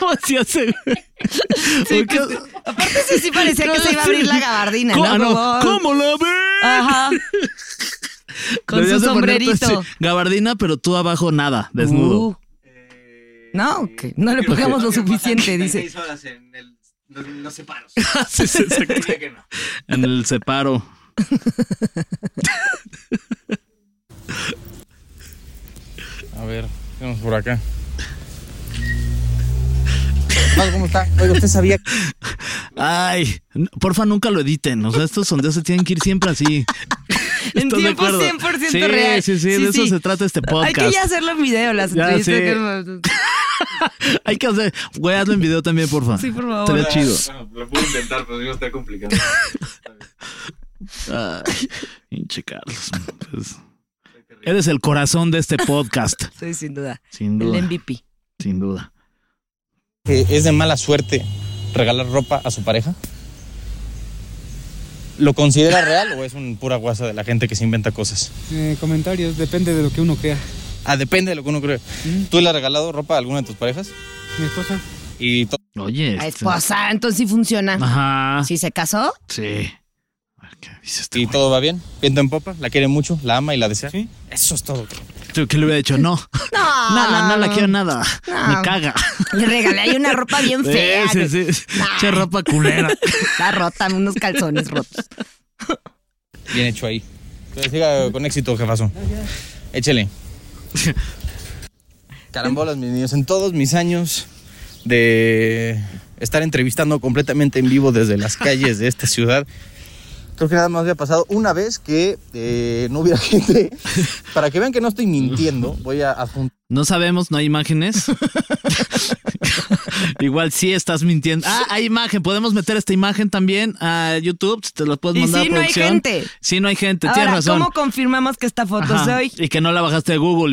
Speaker 1: cómo decía ese güey? Porque-
Speaker 2: Aparte, sí, sí parecía pues, que se iba a abrir la gabardina,
Speaker 1: ¿Cómo, Ah,
Speaker 2: ¿no?
Speaker 1: no?
Speaker 2: Como-
Speaker 1: ¿Cómo la ve?
Speaker 2: Ajá. Con
Speaker 1: Deberías
Speaker 2: su
Speaker 1: de ponerte
Speaker 2: sombrerito.
Speaker 1: así, gabardina, pero tú abajo nada, desnudo.
Speaker 2: Uh. No, que no le pagamos lo suficiente, dice.
Speaker 6: horas en el- los, los separos.
Speaker 1: Sí, sí, exacto.
Speaker 6: Diría que no.
Speaker 1: En el separo.
Speaker 4: A ver, vamos por acá. Más, ¿Cómo está? Oiga, ¿usted sabía que
Speaker 1: Ay, n- porfa, nunca lo editen. O sea, estos sondeos se tienen que ir siempre así.
Speaker 2: En
Speaker 1: ¿Estás de
Speaker 2: tiempo
Speaker 1: acuerdo?
Speaker 2: 100%
Speaker 1: Sí,
Speaker 2: real.
Speaker 1: Sí, sí, de eso se trata este
Speaker 2: Hay
Speaker 1: podcast.
Speaker 2: que ya hacerlo en video, las
Speaker 1: Ya,
Speaker 2: entrevistas.
Speaker 1: sí.
Speaker 2: que-
Speaker 1: Hay que hacer. Güey, hazlo en video también, porfa.
Speaker 2: Sí, por favor.
Speaker 1: Estaría chido.
Speaker 6: Ah, Bueno, lo puedo intentar, pero digo, está complicado.
Speaker 1: Ay, pinche Carlos. pues. eres el corazón de este podcast.
Speaker 2: Sí, sin duda.
Speaker 1: Sin
Speaker 2: El
Speaker 1: duda. Este.
Speaker 2: MVP.
Speaker 1: Sin duda.
Speaker 4: es de mala suerte regalar ropa a su pareja? ¿Lo considera real o es un pura guasa de la gente que se inventa cosas?
Speaker 7: Eh, comentarios, depende de lo que uno crea.
Speaker 4: Ah, depende de lo que uno cree. ¿Tú le has regalado ropa a alguna de tus parejas?
Speaker 7: Mi esposa,
Speaker 4: Y to-
Speaker 1: Oye.
Speaker 2: La
Speaker 1: este-
Speaker 2: esposa, pues, ah, entonces sí funciona.
Speaker 1: Ajá. Sí.
Speaker 2: Si se casó,
Speaker 1: A ver, ¿Qué dice este
Speaker 4: y
Speaker 1: güey?
Speaker 4: todo va bien, viento en popa, la quiere mucho, la ama y la desea.
Speaker 7: Sí.
Speaker 4: Eso es todo.
Speaker 1: ¿Tú qué le hubiera dicho? No.
Speaker 2: No,
Speaker 1: Nada, no,
Speaker 2: no,
Speaker 1: la
Speaker 2: no.
Speaker 1: quiero nada.
Speaker 2: No.
Speaker 1: Me caga.
Speaker 2: le regalé ahí una ropa bien fea.
Speaker 1: Sí, sí, sí. Che ropa culera.
Speaker 2: La rota, unos calzones rotos.
Speaker 4: Bien hecho ahí. Entonces, siga con éxito, jefazo. Échele. Carambolas, mis niños. En todos mis años de estar entrevistando completamente en vivo desde las calles de esta ciudad, creo que nada más había pasado una vez que eh, no hubiera gente. Para que vean que no estoy mintiendo, voy a adjuntar.
Speaker 1: No sabemos, no hay imágenes. Igual sí estás mintiendo. Ah, hay imagen. Podemos meter esta imagen también a YouTube. Te la puedes
Speaker 2: Y
Speaker 1: mandar
Speaker 2: sí,
Speaker 1: a
Speaker 2: no hay
Speaker 1: producción.
Speaker 2: gente.
Speaker 1: Sí, no hay gente.
Speaker 2: Ahora,
Speaker 1: Tienes razón.
Speaker 2: ¿cómo confirmamos que esta foto
Speaker 1: Ajá.
Speaker 2: soy?
Speaker 1: Y que no la bajaste de Google.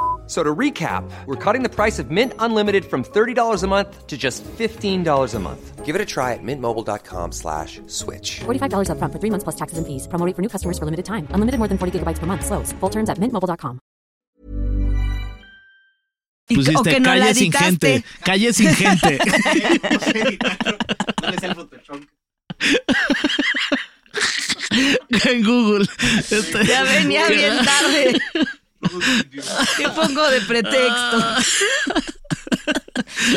Speaker 3: So to recap, we're cutting the price of Mint Unlimited from $30 a month to just $15 a month. Give it a try at mintmobile.com slash switch.
Speaker 9: $45 up front for three months plus taxes and fees. Promo rate for new customers for limited time. Unlimited more than 40 gigabytes per month. Slows. Full terms at mintmobile.com.
Speaker 2: Y-
Speaker 1: Pusiste
Speaker 2: o que no
Speaker 1: calle
Speaker 2: la
Speaker 1: sin gente.
Speaker 2: editaste.
Speaker 1: Calle sin gente.
Speaker 6: No le sé el Photoshop.
Speaker 1: en Google. Este-
Speaker 2: Ya venía bien tarde. ¿Qué pongo de pretexto?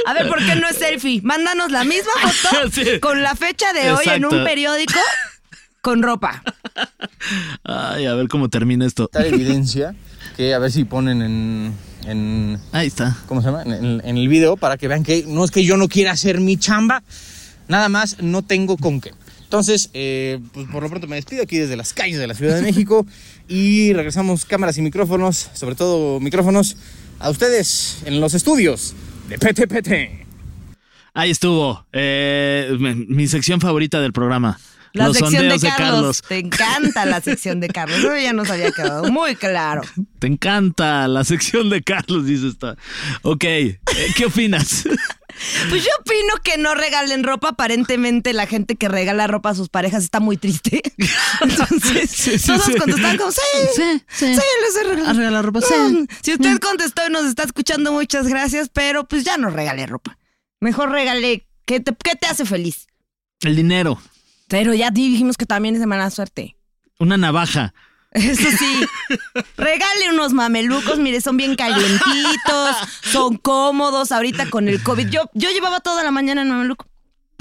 Speaker 2: A ver, ¿por qué no es selfie? Mándanos la misma foto
Speaker 1: Sí.
Speaker 2: con la fecha de hoy en
Speaker 1: Exacto.
Speaker 2: un periódico con ropa.
Speaker 1: Ay, a ver cómo termina esto.
Speaker 4: Tal evidencia que a ver si ponen en- en
Speaker 1: Ahí está.
Speaker 4: ¿cómo se llama? En, en- en el video para que vean que no es que yo no quiera hacer mi chamba, nada más no tengo con qué. Entonces, eh, pues por lo pronto me despido aquí desde las calles de la Ciudad de México y regresamos cámaras y micrófonos, sobre todo micrófonos, a ustedes en los estudios de PTPT.
Speaker 1: Ahí estuvo. Eh, mi, mi sección favorita del programa.
Speaker 2: La
Speaker 1: los
Speaker 2: sección de
Speaker 1: sondeos
Speaker 2: Carlos.
Speaker 1: Carlos.
Speaker 2: Te encanta la sección de Carlos. Eso ya nos había quedado muy claro.
Speaker 1: Te encanta la sección de Carlos, dice esta. Ok, eh, ¿qué opinas?
Speaker 2: Pues yo opino que no regalen ropa. Aparentemente la gente que regala ropa a sus parejas está muy triste. Entonces,
Speaker 1: Sí, sí,
Speaker 2: todos
Speaker 1: sí.
Speaker 2: contestaron como, sí,
Speaker 1: Sí,
Speaker 2: sí,
Speaker 1: sí.
Speaker 2: les he regalado.
Speaker 1: A regalar ropa, sí.
Speaker 2: Mm, Si usted contestó y nos está escuchando, muchas gracias, pero pues ya no regale ropa. Mejor regale, ¿qué te, qué te hace feliz?
Speaker 1: El dinero,
Speaker 2: Pero ya dijimos que también es de mala suerte.
Speaker 1: una navaja.
Speaker 2: Eso sí, regale unos mamelucos, mire, son bien calientitos, son cómodos ahorita con el COVID. Yo, yo llevaba toda la mañana en mameluco.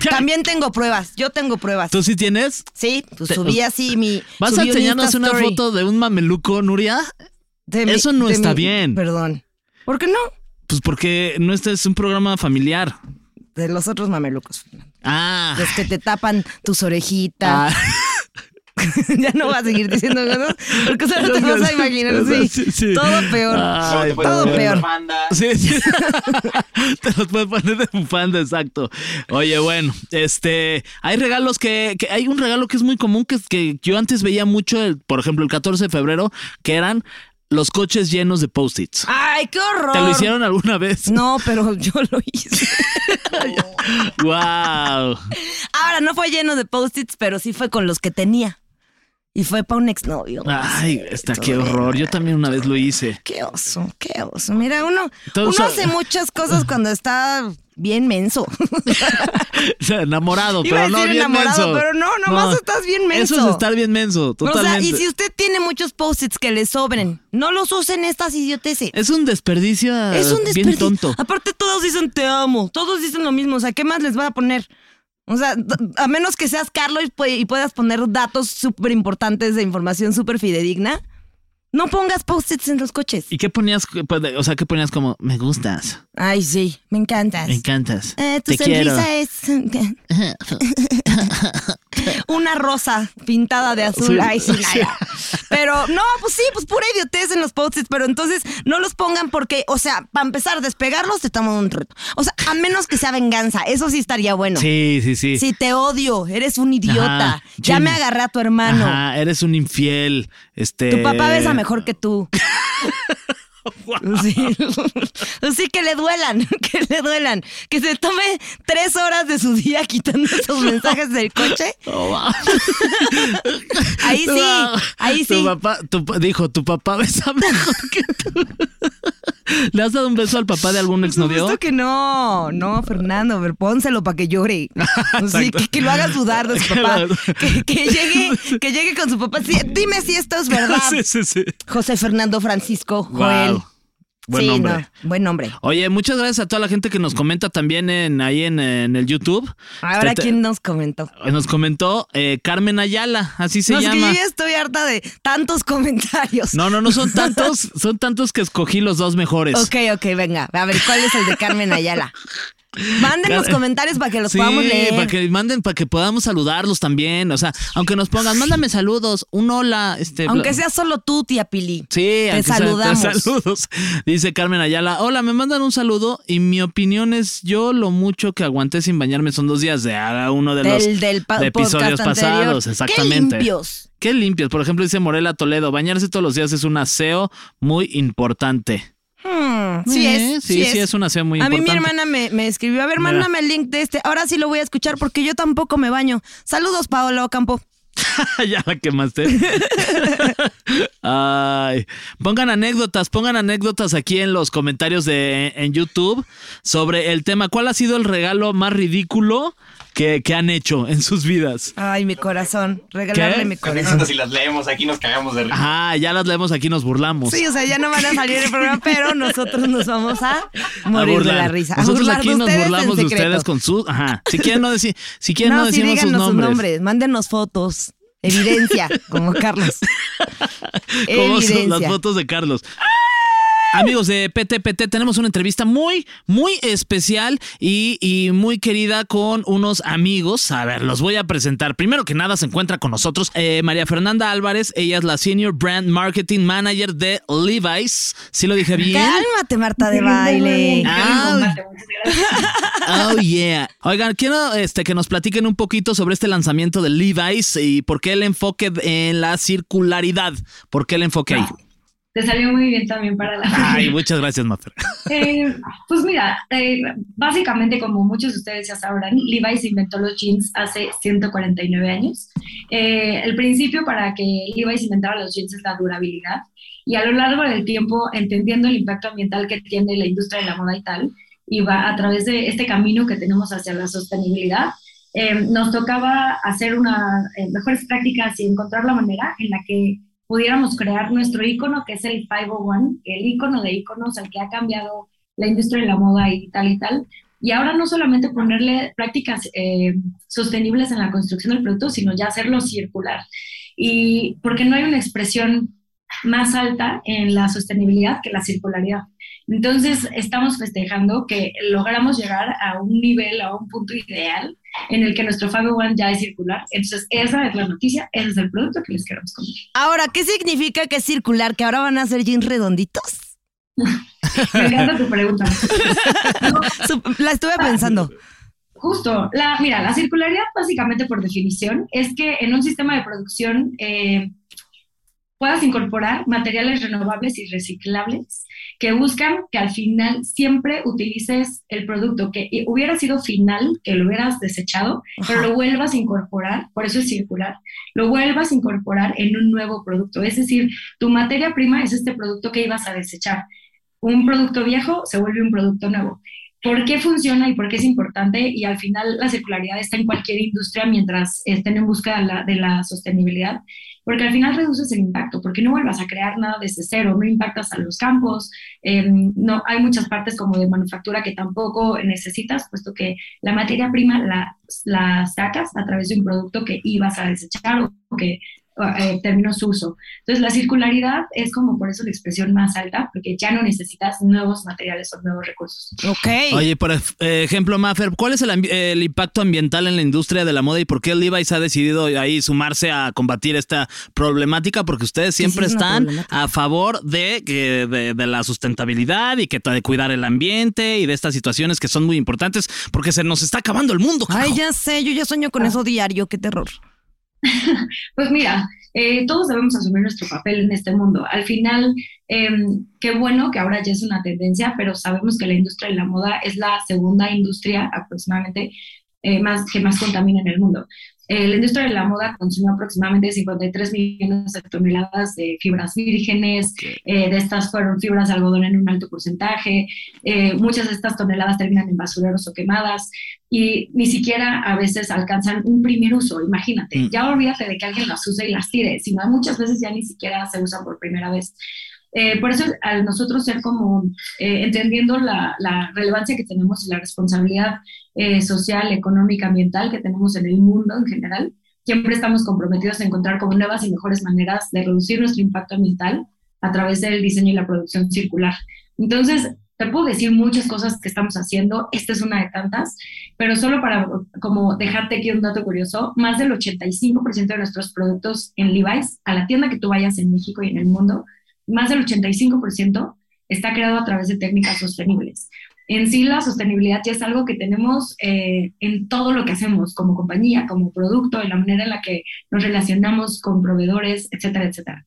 Speaker 2: También tengo pruebas, yo tengo pruebas.
Speaker 1: ¿Tú sí tienes?
Speaker 2: Sí, pues
Speaker 1: Te-
Speaker 2: subí así mi.
Speaker 1: ¿Vas a
Speaker 2: subí un
Speaker 1: enseñarnos
Speaker 2: Insta
Speaker 1: una
Speaker 2: story
Speaker 1: foto de un mameluco, Nuria?
Speaker 2: de mi-
Speaker 1: Eso no
Speaker 2: de mi-
Speaker 1: está bien.
Speaker 2: Perdón. ¿Por qué no?
Speaker 1: Pues porque no este es un programa familiar.
Speaker 2: De los otros mamelucos, Fernando.
Speaker 1: Ah.
Speaker 2: Los que te tapan tus orejitas.
Speaker 1: Ah.
Speaker 2: ya no vas a seguir diciendo cosas porque solo te vas a imaginar. Sí,
Speaker 1: Sí, sí.
Speaker 2: Todo peor.
Speaker 1: Ay,
Speaker 2: todo
Speaker 1: pero-
Speaker 2: peor.
Speaker 6: Banda.
Speaker 1: Sí, sí. Te los puedes poner de bufanda, exacto. Oye, bueno, este, hay regalos que, que- hay un regalo que es muy común que, que yo antes veía mucho, el, por ejemplo, el 14 de febrero, que eran los coches llenos de post-its.
Speaker 2: Ay, qué horror.
Speaker 1: ¿Te lo hicieron alguna vez?
Speaker 2: No, pero yo lo hice.
Speaker 1: Wow.
Speaker 2: Ahora, no fue lleno de post-its, pero sí fue con los que tenía. Y fue para un exnovio.
Speaker 1: Ay, está qué horror. Yo también una vez lo hice.
Speaker 2: Qué oso, qué oso. Mira, uno,
Speaker 1: Entonces-
Speaker 2: uno hace muchas cosas cuando está bien menso.
Speaker 1: Enamorado,
Speaker 2: Iba
Speaker 1: pero
Speaker 2: a
Speaker 1: no
Speaker 2: decir
Speaker 1: bien
Speaker 2: enamorado,
Speaker 1: menso.
Speaker 2: pero no, nomás estás bien
Speaker 1: Eso
Speaker 2: menso.
Speaker 1: es estar bien menso,
Speaker 2: O sea,
Speaker 1: totalmente.
Speaker 2: y si usted tiene muchos post-its que le sobren, no los usen estas idioteces.
Speaker 1: Es un desperdicio ah,
Speaker 2: Es un
Speaker 1: bien
Speaker 2: desperdicio.
Speaker 1: tonto.
Speaker 2: Aparte, todos dicen te amo. Todos dicen lo mismo. O sea, ¿qué más les va a poner? O sea, d- a menos que seas Carlos y, pu- y puedas poner datos súper importantes de información súper fidedigna, no pongas post-its en los coches.
Speaker 1: ¿Y qué ponías? pues, de- O sea, ¿qué ponías como me gustas?
Speaker 2: Ay, sí, me encantas.
Speaker 1: Me encantas.
Speaker 2: Eh, tu
Speaker 1: Te quiero.
Speaker 2: sonrisa es una rosa pintada de azul.
Speaker 1: Sí,
Speaker 2: Ay, sí,
Speaker 1: sí.
Speaker 2: nada. Pero no, pues sí, pues pura idiotez en los post-its, pero entonces no los pongan porque, o sea, para empezar, despegarlos te toma un reto. O sea, a menos que sea venganza, eso sí estaría bueno.
Speaker 1: Sí, sí, sí.
Speaker 2: Si te odio, eres un idiota.
Speaker 1: Ajá,
Speaker 2: ya
Speaker 1: Jim.
Speaker 2: me agarré a tu hermano.
Speaker 1: Ajá, eres un infiel. Este.
Speaker 2: Tu papá besa mejor que tú. Sí. Así que le duelan, que le duelan. Que se tome tres horas de su día quitando esos mensajes del coche. Ahí sí, ahí
Speaker 1: Tu
Speaker 2: sí.
Speaker 1: Oh, papá, tu pa- dijo, tu papá besa mejor que tú. ¿Le has dado un beso al papá de algún
Speaker 2: Por supuesto
Speaker 1: exnovio?
Speaker 2: que no, no, Fernando, a ver, pónselo para que llore. Sí,
Speaker 1: Exacto.
Speaker 2: que, que lo haga sudar de su
Speaker 1: Que
Speaker 2: papá.
Speaker 1: lo-
Speaker 2: Que, que llegue, que llegue con su papá. Sí, dime si esto es verdad.
Speaker 1: Sí, sí, sí.
Speaker 2: José Fernando Francisco Joel.
Speaker 1: Wow. Buen
Speaker 2: sí,
Speaker 1: hombre.
Speaker 2: no, buen hombre.
Speaker 1: Oye, muchas gracias a toda la gente que nos comenta también en, ahí en, en el YouTube.
Speaker 2: Ahora,
Speaker 1: Te- te-
Speaker 2: ¿quién nos comentó?
Speaker 1: Nos comentó eh, Carmen Ayala, así se
Speaker 2: no, es que
Speaker 1: llama.
Speaker 2: yo ya estoy harta de tantos comentarios.
Speaker 1: No, no, no son tantos, son tantos que escogí los dos mejores.
Speaker 2: Ok, ok, venga. A ver, ¿cuál es el de Carmen Ayala? Manden los
Speaker 1: Car-
Speaker 2: comentarios para que los
Speaker 1: sí,
Speaker 2: podamos leer.
Speaker 1: para que manden, para que podamos saludarlos también. O sea, aunque nos pongan, mándame saludos, un hola, este.
Speaker 2: Aunque
Speaker 1: bla-
Speaker 2: sea solo tú, tía Pili.
Speaker 1: Sí,
Speaker 2: te
Speaker 1: aunque sea-
Speaker 2: saludamos.
Speaker 1: saludos. Dice Carmen Ayala. Hola, me mandan un saludo y mi opinión es yo lo mucho que aguanté sin bañarme son dos días de a uno de
Speaker 2: Del,
Speaker 1: los
Speaker 2: del pa-
Speaker 1: de episodios
Speaker 2: podcast
Speaker 1: pasados,
Speaker 2: anterior.
Speaker 1: exactamente.
Speaker 2: Qué limpios.
Speaker 1: Qué limpios. Por ejemplo, dice Morela Toledo, bañarse todos los días es un aseo muy importante.
Speaker 2: Hmm, sí,
Speaker 1: Eh,
Speaker 2: es,
Speaker 1: sí, sí, es un aseo muy
Speaker 2: A mí mi
Speaker 1: importante.
Speaker 2: hermana me, me escribió, a ver,
Speaker 1: Mira.
Speaker 2: mándame el link de este. Ahora sí lo voy a escuchar porque yo tampoco me baño. Saludos, Paola Ocampo.
Speaker 1: ya la quemaste. Ay. Pongan anécdotas, pongan anécdotas aquí en los comentarios de en YouTube sobre el tema. ¿Cuál ha sido el regalo más ridículo que, que han hecho en sus vidas?
Speaker 2: Ay, mi corazón. Regalarle
Speaker 1: ¿Qué?
Speaker 2: mi corazón.
Speaker 6: Anécdotas si las leemos, aquí nos cagamos de risa.
Speaker 1: Ajá, ya las leemos aquí, nos burlamos.
Speaker 2: Sí, o sea, ya no van a salir el programa, pero nosotros nos vamos a morir de la
Speaker 1: burlar.
Speaker 2: risa. A
Speaker 1: Nosotros
Speaker 2: burlar
Speaker 1: aquí
Speaker 2: de
Speaker 1: nos
Speaker 2: ustedes en
Speaker 1: burlamos de
Speaker 2: secreto.
Speaker 1: ustedes con sus. Ajá. Si quieren no decir, si quieren
Speaker 2: No,
Speaker 1: no,
Speaker 2: sí,
Speaker 1: decimos sus
Speaker 2: díganos sus
Speaker 1: nombres.
Speaker 2: nombres, mándenos fotos, evidencia, como Carlos.
Speaker 1: Como son las
Speaker 2: Evidencia.
Speaker 1: fotos de Carlos. Amigos de PTPT, tenemos una entrevista muy, muy especial y, y muy querida con unos amigos. A ver, los voy a presentar. Primero que nada, se encuentra con nosotros eh, María Fernanda Álvarez. Ella es la Senior Brand Marketing Manager de Levi's. ¿Sí lo dije bien?
Speaker 2: Cálmate, Marta de baile.
Speaker 1: Ah, oh yeah. Oigan, quiero este, que nos platiquen un poquito sobre este lanzamiento de Levi's y por qué el enfoque en la circularidad. ¿Por qué el enfoque ahí?
Speaker 10: Te salió muy bien también para la...
Speaker 1: Ay, muchas gracias, Mafer.
Speaker 10: Eh, pues mira, eh, básicamente como muchos de ustedes ya sabrán, Levi's inventó los jeans hace 149 años. Eh, el principio para que Levi's inventara los jeans es la durabilidad y a lo largo del tiempo, entendiendo el impacto ambiental que tiene la industria de la moda y tal, y va a través de este camino que tenemos hacia la sostenibilidad, eh, nos tocaba hacer una eh, mejores prácticas y encontrar la manera en la que pudiéramos crear nuestro icono, que es el 501, el icono de iconos, el que ha cambiado la industria de la moda y tal y tal. Y ahora no solamente ponerle prácticas eh, sostenibles en la construcción del producto, sino ya hacerlo circular. Y porque no hay una expresión más alta en la sostenibilidad que la circularidad. Entonces, estamos festejando que logramos llegar a un nivel, a un punto ideal en el que nuestro Fabio One ya es circular. Entonces, esa es la noticia, ese es el producto que les queremos contar.
Speaker 2: Ahora, ¿qué significa que es circular? ¿Que ahora van a hacer jeans redonditos?
Speaker 10: Me encanta tu pregunta.
Speaker 2: la estuve pensando.
Speaker 10: Justo, la, mira, la circularidad básicamente por definición es que en un sistema de producción eh, puedas incorporar materiales renovables y reciclables que buscan que al final siempre utilices el producto que hubiera sido final, que lo hubieras desechado,
Speaker 2: Ajá.
Speaker 10: pero lo vuelvas a incorporar, por eso es circular, lo vuelvas a incorporar en un nuevo producto. Es decir, tu materia prima es este producto que ibas a desechar. Un producto viejo se vuelve un producto nuevo. ¿Por qué funciona y por qué es importante? Y al final la circularidad está en cualquier industria mientras estén en busca de la, de la sostenibilidad, porque al final reduces el impacto, porque no vuelvas a crear nada desde cero, no impactas a los campos, eh, no, hay muchas partes como de manufactura que tampoco necesitas, puesto que la materia prima la, la sacas a través de un producto que ibas a desechar o que eh, terminó su uso. Entonces la circularidad es como por eso la expresión más alta, porque ya no necesitas nuevos materiales o nuevos recursos.
Speaker 2: Ok.
Speaker 1: Oye, por ej- eh, ejemplo, Maffer, ¿cuál es el, ambi- el impacto ambiental en la industria de la moda y por qué Levi's ha decidido ahí sumarse a combatir esta problemática? Porque ustedes
Speaker 2: sí es
Speaker 1: siempre
Speaker 2: una
Speaker 1: están
Speaker 2: problemática.
Speaker 1: a favor de, que- de- de la sustentabilidad y que de cuidar el ambiente y de estas situaciones que son muy importantes porque se nos está acabando el mundo.
Speaker 2: Ay,
Speaker 1: carajo.
Speaker 2: ya sé, yo ya sueño con
Speaker 1: Ah.
Speaker 2: eso diario, qué terror.
Speaker 10: Pues mira, eh, todos debemos asumir nuestro papel en este mundo. Al final, eh, qué bueno que ahora ya es una tendencia, pero sabemos que la industria de la moda es la segunda industria aproximadamente eh, más, que más contamina en el mundo. Eh, la industria de la moda consume aproximadamente 53 millones de toneladas de fibras vírgenes, eh, de estas fueron fibras de algodón en un alto porcentaje, eh, muchas de estas toneladas terminan en basureros o quemadas y ni siquiera a veces alcanzan un primer uso, imagínate,
Speaker 1: Mm.
Speaker 10: ya olvídate de que alguien las use y las tire, sino muchas veces ya ni siquiera se usan por primera vez. Eh, por eso al nosotros ser como eh, entendiendo la, la relevancia que tenemos y la responsabilidad eh, social, económica, ambiental que tenemos en el mundo en general, siempre estamos comprometidos a encontrar como nuevas y mejores maneras de reducir nuestro impacto ambiental a través del diseño y la producción circular. Entonces, te puedo decir muchas cosas que estamos haciendo, esta es una de tantas, pero solo para como dejarte aquí un dato curioso, más del 85% de nuestros productos en Levi's, a la tienda que tú vayas en México y en el mundo, más del 85% está creado a través de técnicas sostenibles. En sí, la sostenibilidad ya es algo que tenemos eh, en todo lo que hacemos, como compañía, como producto, en la manera en la que nos relacionamos con proveedores, etcétera, etcétera.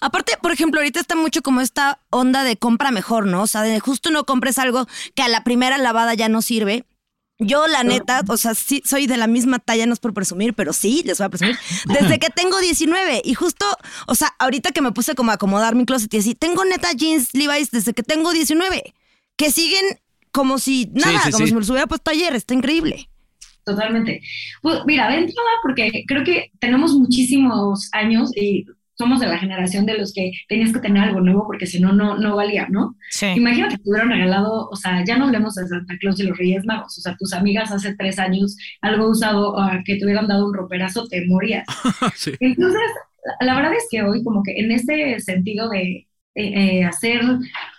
Speaker 2: Aparte, por ejemplo, ahorita está mucho como esta onda de compra mejor, ¿no? O sea, de justo no compres algo que a la primera lavada ya no sirve. Yo, la neta, o sea, sí soy de la misma talla, no es por presumir, pero sí, les voy a presumir, desde que tengo 19. Y justo, o sea, ahorita que me puse como a acomodar mi closet y así, tengo neta jeans Levi's desde que tengo 19, que siguen como si nada,
Speaker 1: sí,
Speaker 2: como
Speaker 1: sí.
Speaker 2: si me los hubiera puesto ayer, está increíble.
Speaker 10: Totalmente. Pues mira, de entrada, porque creo que tenemos muchísimos años y somos de la generación de los que tenías que tener algo nuevo porque si no, no, no valía, ¿no?
Speaker 2: Sí.
Speaker 10: Imagínate que te hubieran regalado, o sea, ya no hablemos de Santa Claus y los Reyes Magos, o sea, tus amigas hace tres años, algo usado, o a que te hubieran dado un roperazo, te morías.
Speaker 1: Sí.
Speaker 10: Entonces, la, la verdad es que hoy como que en este sentido de eh, eh, hacer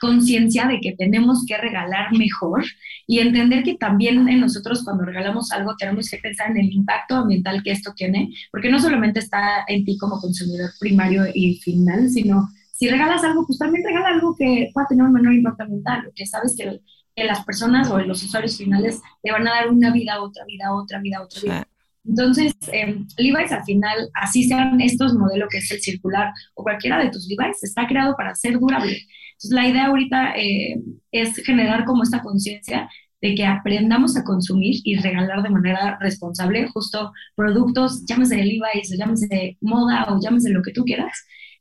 Speaker 10: conciencia de que tenemos que regalar mejor y entender que también en nosotros cuando regalamos algo tenemos que pensar en el impacto ambiental que esto tiene, porque no solamente está en ti como consumidor primario y final, sino si regalas algo, pues también regala algo que pueda tener un menor impacto ambiental, que sabes que, que las personas o los usuarios finales le van a dar una vida, otra vida, otra vida, otra vida. Entonces, eh, Levi's al final, así sean estos modelos que es el circular o cualquiera de tus Levi's, está creado para ser durable. Entonces, la idea ahorita eh, es generar como esta conciencia de que aprendamos a consumir y regalar de manera responsable justo productos, llámese de Levi's, o llámese moda o llámese lo que tú quieras,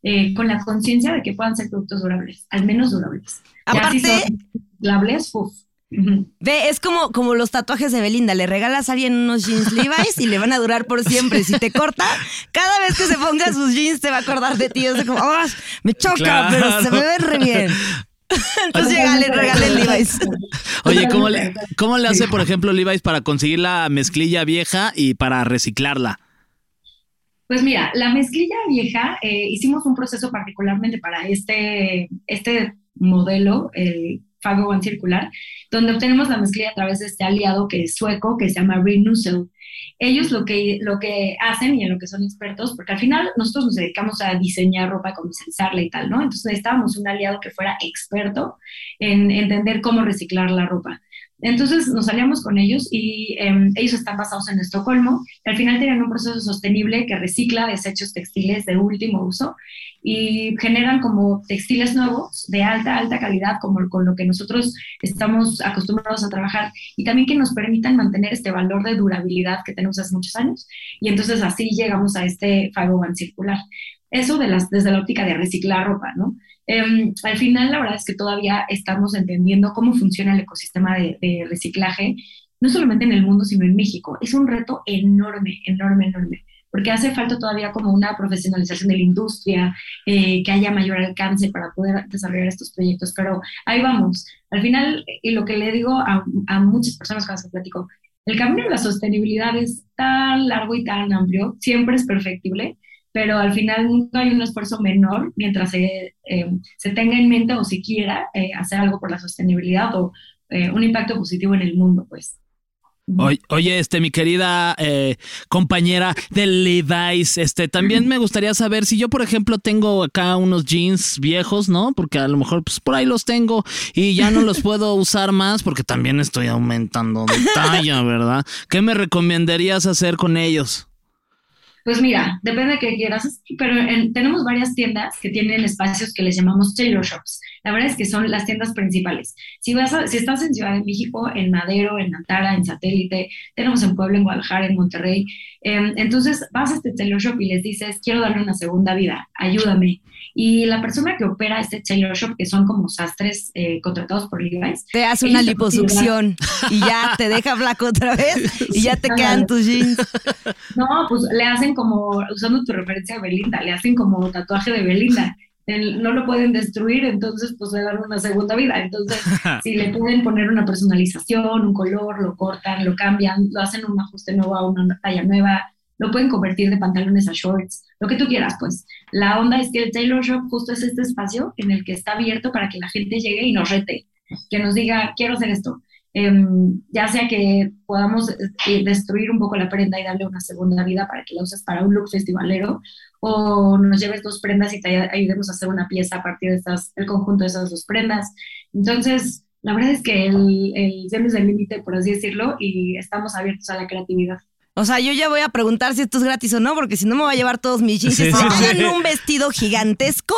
Speaker 10: eh, con la conciencia de que puedan ser productos durables, al menos durables. Ya si
Speaker 2: Aparte,
Speaker 10: son durables, uf,
Speaker 2: Ve, es como, como los tatuajes de Belinda. Le regalas a alguien unos jeans Levi's y le van a durar por siempre. Si te corta, cada vez que se ponga sus jeans te va a acordar de ti. Es como, "Ah, me choca,
Speaker 1: Claro.
Speaker 2: pero se me ve re bien. Entonces llega, le regala el Levi's.
Speaker 1: Oye, ¿cómo le, cómo le hace, por ejemplo, Levi's para conseguir la mezclilla vieja y para reciclarla?
Speaker 10: Pues mira, la mezclilla vieja, eh, hicimos un proceso particularmente para este, este modelo, el Fago One Circular, donde obtenemos la mezclilla a través de este aliado que es sueco, que se llama Renusel. Ellos lo que, lo que hacen y en lo que son expertos, porque al final nosotros nos dedicamos a diseñar ropa, condensarla y tal, ¿no? Entonces necesitábamos un aliado que fuera experto en entender cómo reciclar la ropa. Entonces nos aliamos con ellos y em, ellos están basados en Estocolmo y al final tienen un proceso sostenible que recicla desechos textiles de último uso y generan como textiles nuevos de alta, alta calidad, como con lo que nosotros estamos acostumbrados a trabajar y también que nos permitan mantener este valor de durabilidad que tenemos hace muchos años y entonces así llegamos a este 501 circular. Eso de las, desde la óptica de reciclar ropa, ¿no? Em, al final, la verdad es que todavía estamos entendiendo cómo funciona el ecosistema de, de reciclaje, no solamente en el mundo, sino en México. Es un reto enorme, enorme, enorme, porque hace falta todavía como una profesionalización de la industria, eh, que haya mayor alcance para poder desarrollar estos proyectos, pero ahí vamos. Al final, y lo que le digo a, a muchas personas con las que platico, el camino de la sostenibilidad es tan largo y tan amplio, siempre es perfectible, pero al final nunca hay un esfuerzo menor mientras se, eh, se tenga en mente o se quiera eh, hacer algo por la sostenibilidad o eh, un impacto positivo en el mundo, pues.
Speaker 1: Oy- Oye, este, mi querida eh, compañera de Levi's, este, también me gustaría saber si yo, por ejemplo, tengo acá unos jeans viejos, ¿no? Porque a lo mejor, pues, por ahí los tengo y ya no los puedo usar más porque también estoy aumentando de talla, ¿verdad? ¿Qué me recomendarías hacer con ellos?
Speaker 10: Pues mira, depende de qué quieras, pero en- tenemos varias tiendas que tienen espacios que les llamamos tailor shops. La verdad es que son las tiendas principales. Si, vas a- si estás en Ciudad de México, en Madero, en Antara, en Satélite, tenemos en Puebla, en Guadalajara, en Monterrey. eh, entonces vas a este tailor shop y les dices, quiero darle una segunda vida, ayúdame. Y la persona que opera este tailor shop, que son como sastres eh, contratados por Levi's,
Speaker 2: Te hace una
Speaker 10: ellos te van a ayudar.
Speaker 2: liposucción y ya te deja flaco otra vez y ya te quedan tus jeans.
Speaker 10: No, pues le hacen como, usando tu referencia a Belinda, le hacen como tatuaje de Belinda. El- no lo pueden destruir, entonces pues le dan una segunda vida. Entonces, si le pueden poner una personalización, un color, lo cortan, lo cambian, lo hacen un ajuste nuevo a una talla nueva, lo pueden convertir de pantalones a shorts, lo que tú quieras, pues. La onda es que el Taylor Shop justo es este espacio en el que está abierto para que la gente llegue y nos rete, que nos diga, quiero hacer esto em, ya sea que podamos eh, destruir un poco la prenda y darle una segunda vida para que la uses para un look festivalero, o nos lleves dos prendas y te ay- ayudemos a hacer una pieza a partir de estas, el conjunto de esas dos prendas. Entonces, la verdad es que el, el cielo es el límite, por así decirlo, y estamos abiertos a la creatividad.
Speaker 2: O sea, yo ya voy a preguntar si esto es gratis o no, porque si no me va a llevar todos mis jeans.
Speaker 10: Sí,
Speaker 2: Y si
Speaker 10: sí,
Speaker 2: me
Speaker 10: sí.
Speaker 2: hagan un vestido gigantesco,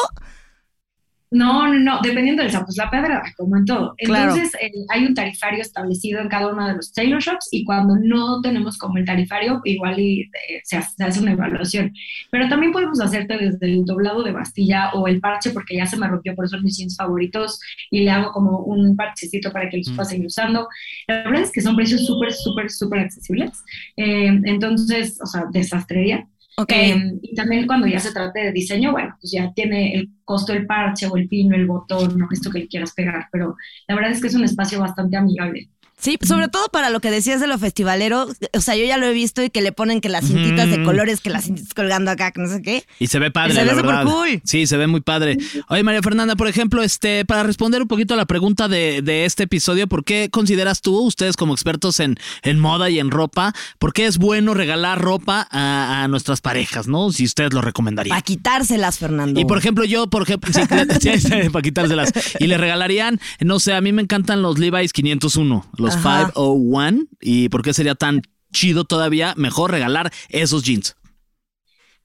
Speaker 10: No, no, no, dependiendo del sapo, es la pedra, como en todo.
Speaker 2: Claro.
Speaker 10: Entonces, eh, hay un tarifario establecido en cada uno de los tailor shops y cuando no tenemos como el tarifario, igual y, eh, se, hace, se hace una evaluación. Pero también podemos hacerte desde el doblado de bastilla o el parche, porque ya se me rompió, por eso son mis jeans favoritos y le hago como un parchecito para que los pueda seguir usando. La verdad es que son precios súper, súper, súper accesibles. Eh, entonces, o sea, desastrería.
Speaker 2: Ok.
Speaker 10: Eh, y también cuando ya se trate de diseño, bueno, pues ya tiene el costo el parche o el pino, el botón, o esto que le quieras pegar, pero la verdad es que es un espacio bastante amigable.
Speaker 2: Sí, sobre todo para lo que decías de lo festivalero, o sea, yo ya lo he visto y que le ponen que las cintitas de
Speaker 1: Ujú.
Speaker 2: colores, que las cintitas colgando acá, que no sé qué.
Speaker 1: Y se ve padre,
Speaker 2: Se ve
Speaker 1: la
Speaker 2: súper
Speaker 1: verdad.
Speaker 2: cool.
Speaker 1: Sí, se ve muy padre. Oye, María Fernanda, por ejemplo, este, para responder un poquito a la pregunta de, de este episodio, ¿por qué consideras tú, ustedes como expertos en, en moda y en ropa, por qué es bueno regalar ropa a, a nuestras parejas, ¿no? Si ustedes lo recomendarían.
Speaker 2: Para quitárselas, Fernando.
Speaker 1: Y por ejemplo, yo, por ejemplo, sí, sí, sí, para quitárselas. Y le regalarían, no sé, a mí me encantan los Levi's 501, los
Speaker 2: Ajá.
Speaker 1: 501. ¿Y por qué sería tan chido todavía mejor regalar esos jeans?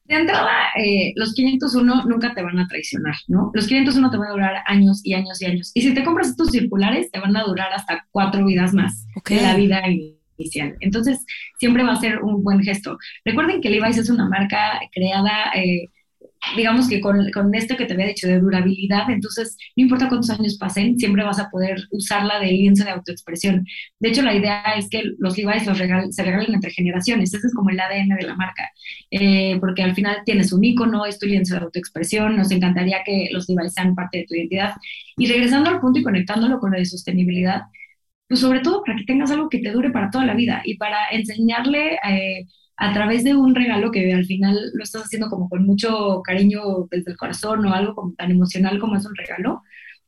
Speaker 10: De entrada, eh, los 501 nunca te van a traicionar, ¿no? Los 501 te van a durar años y años y años. Y si te compras estos circulares, te van a durar hasta cuatro vidas más
Speaker 2: Ok.
Speaker 10: de la vida inicial. Entonces, siempre va a ser un buen gesto. Recuerden que Levi's es una marca creada... eh, digamos que con, con esto que te había dicho de durabilidad, entonces no importa cuántos años pasen, siempre vas a poder usarla de lienzo de autoexpresión. De hecho, la idea es que los Levi's los regal- se regalen entre generaciones, ese es como el ADN de la marca, eh, porque al final tienes un icono, es tu lienzo de autoexpresión, nos encantaría que los Levi's sean parte de tu identidad. Y regresando al punto y conectándolo con lo de sostenibilidad, pues sobre todo para que tengas algo que te dure para toda la vida y para enseñarle eh, a través de un regalo que al final lo estás haciendo como con mucho cariño desde el corazón o algo como tan emocional como es un regalo,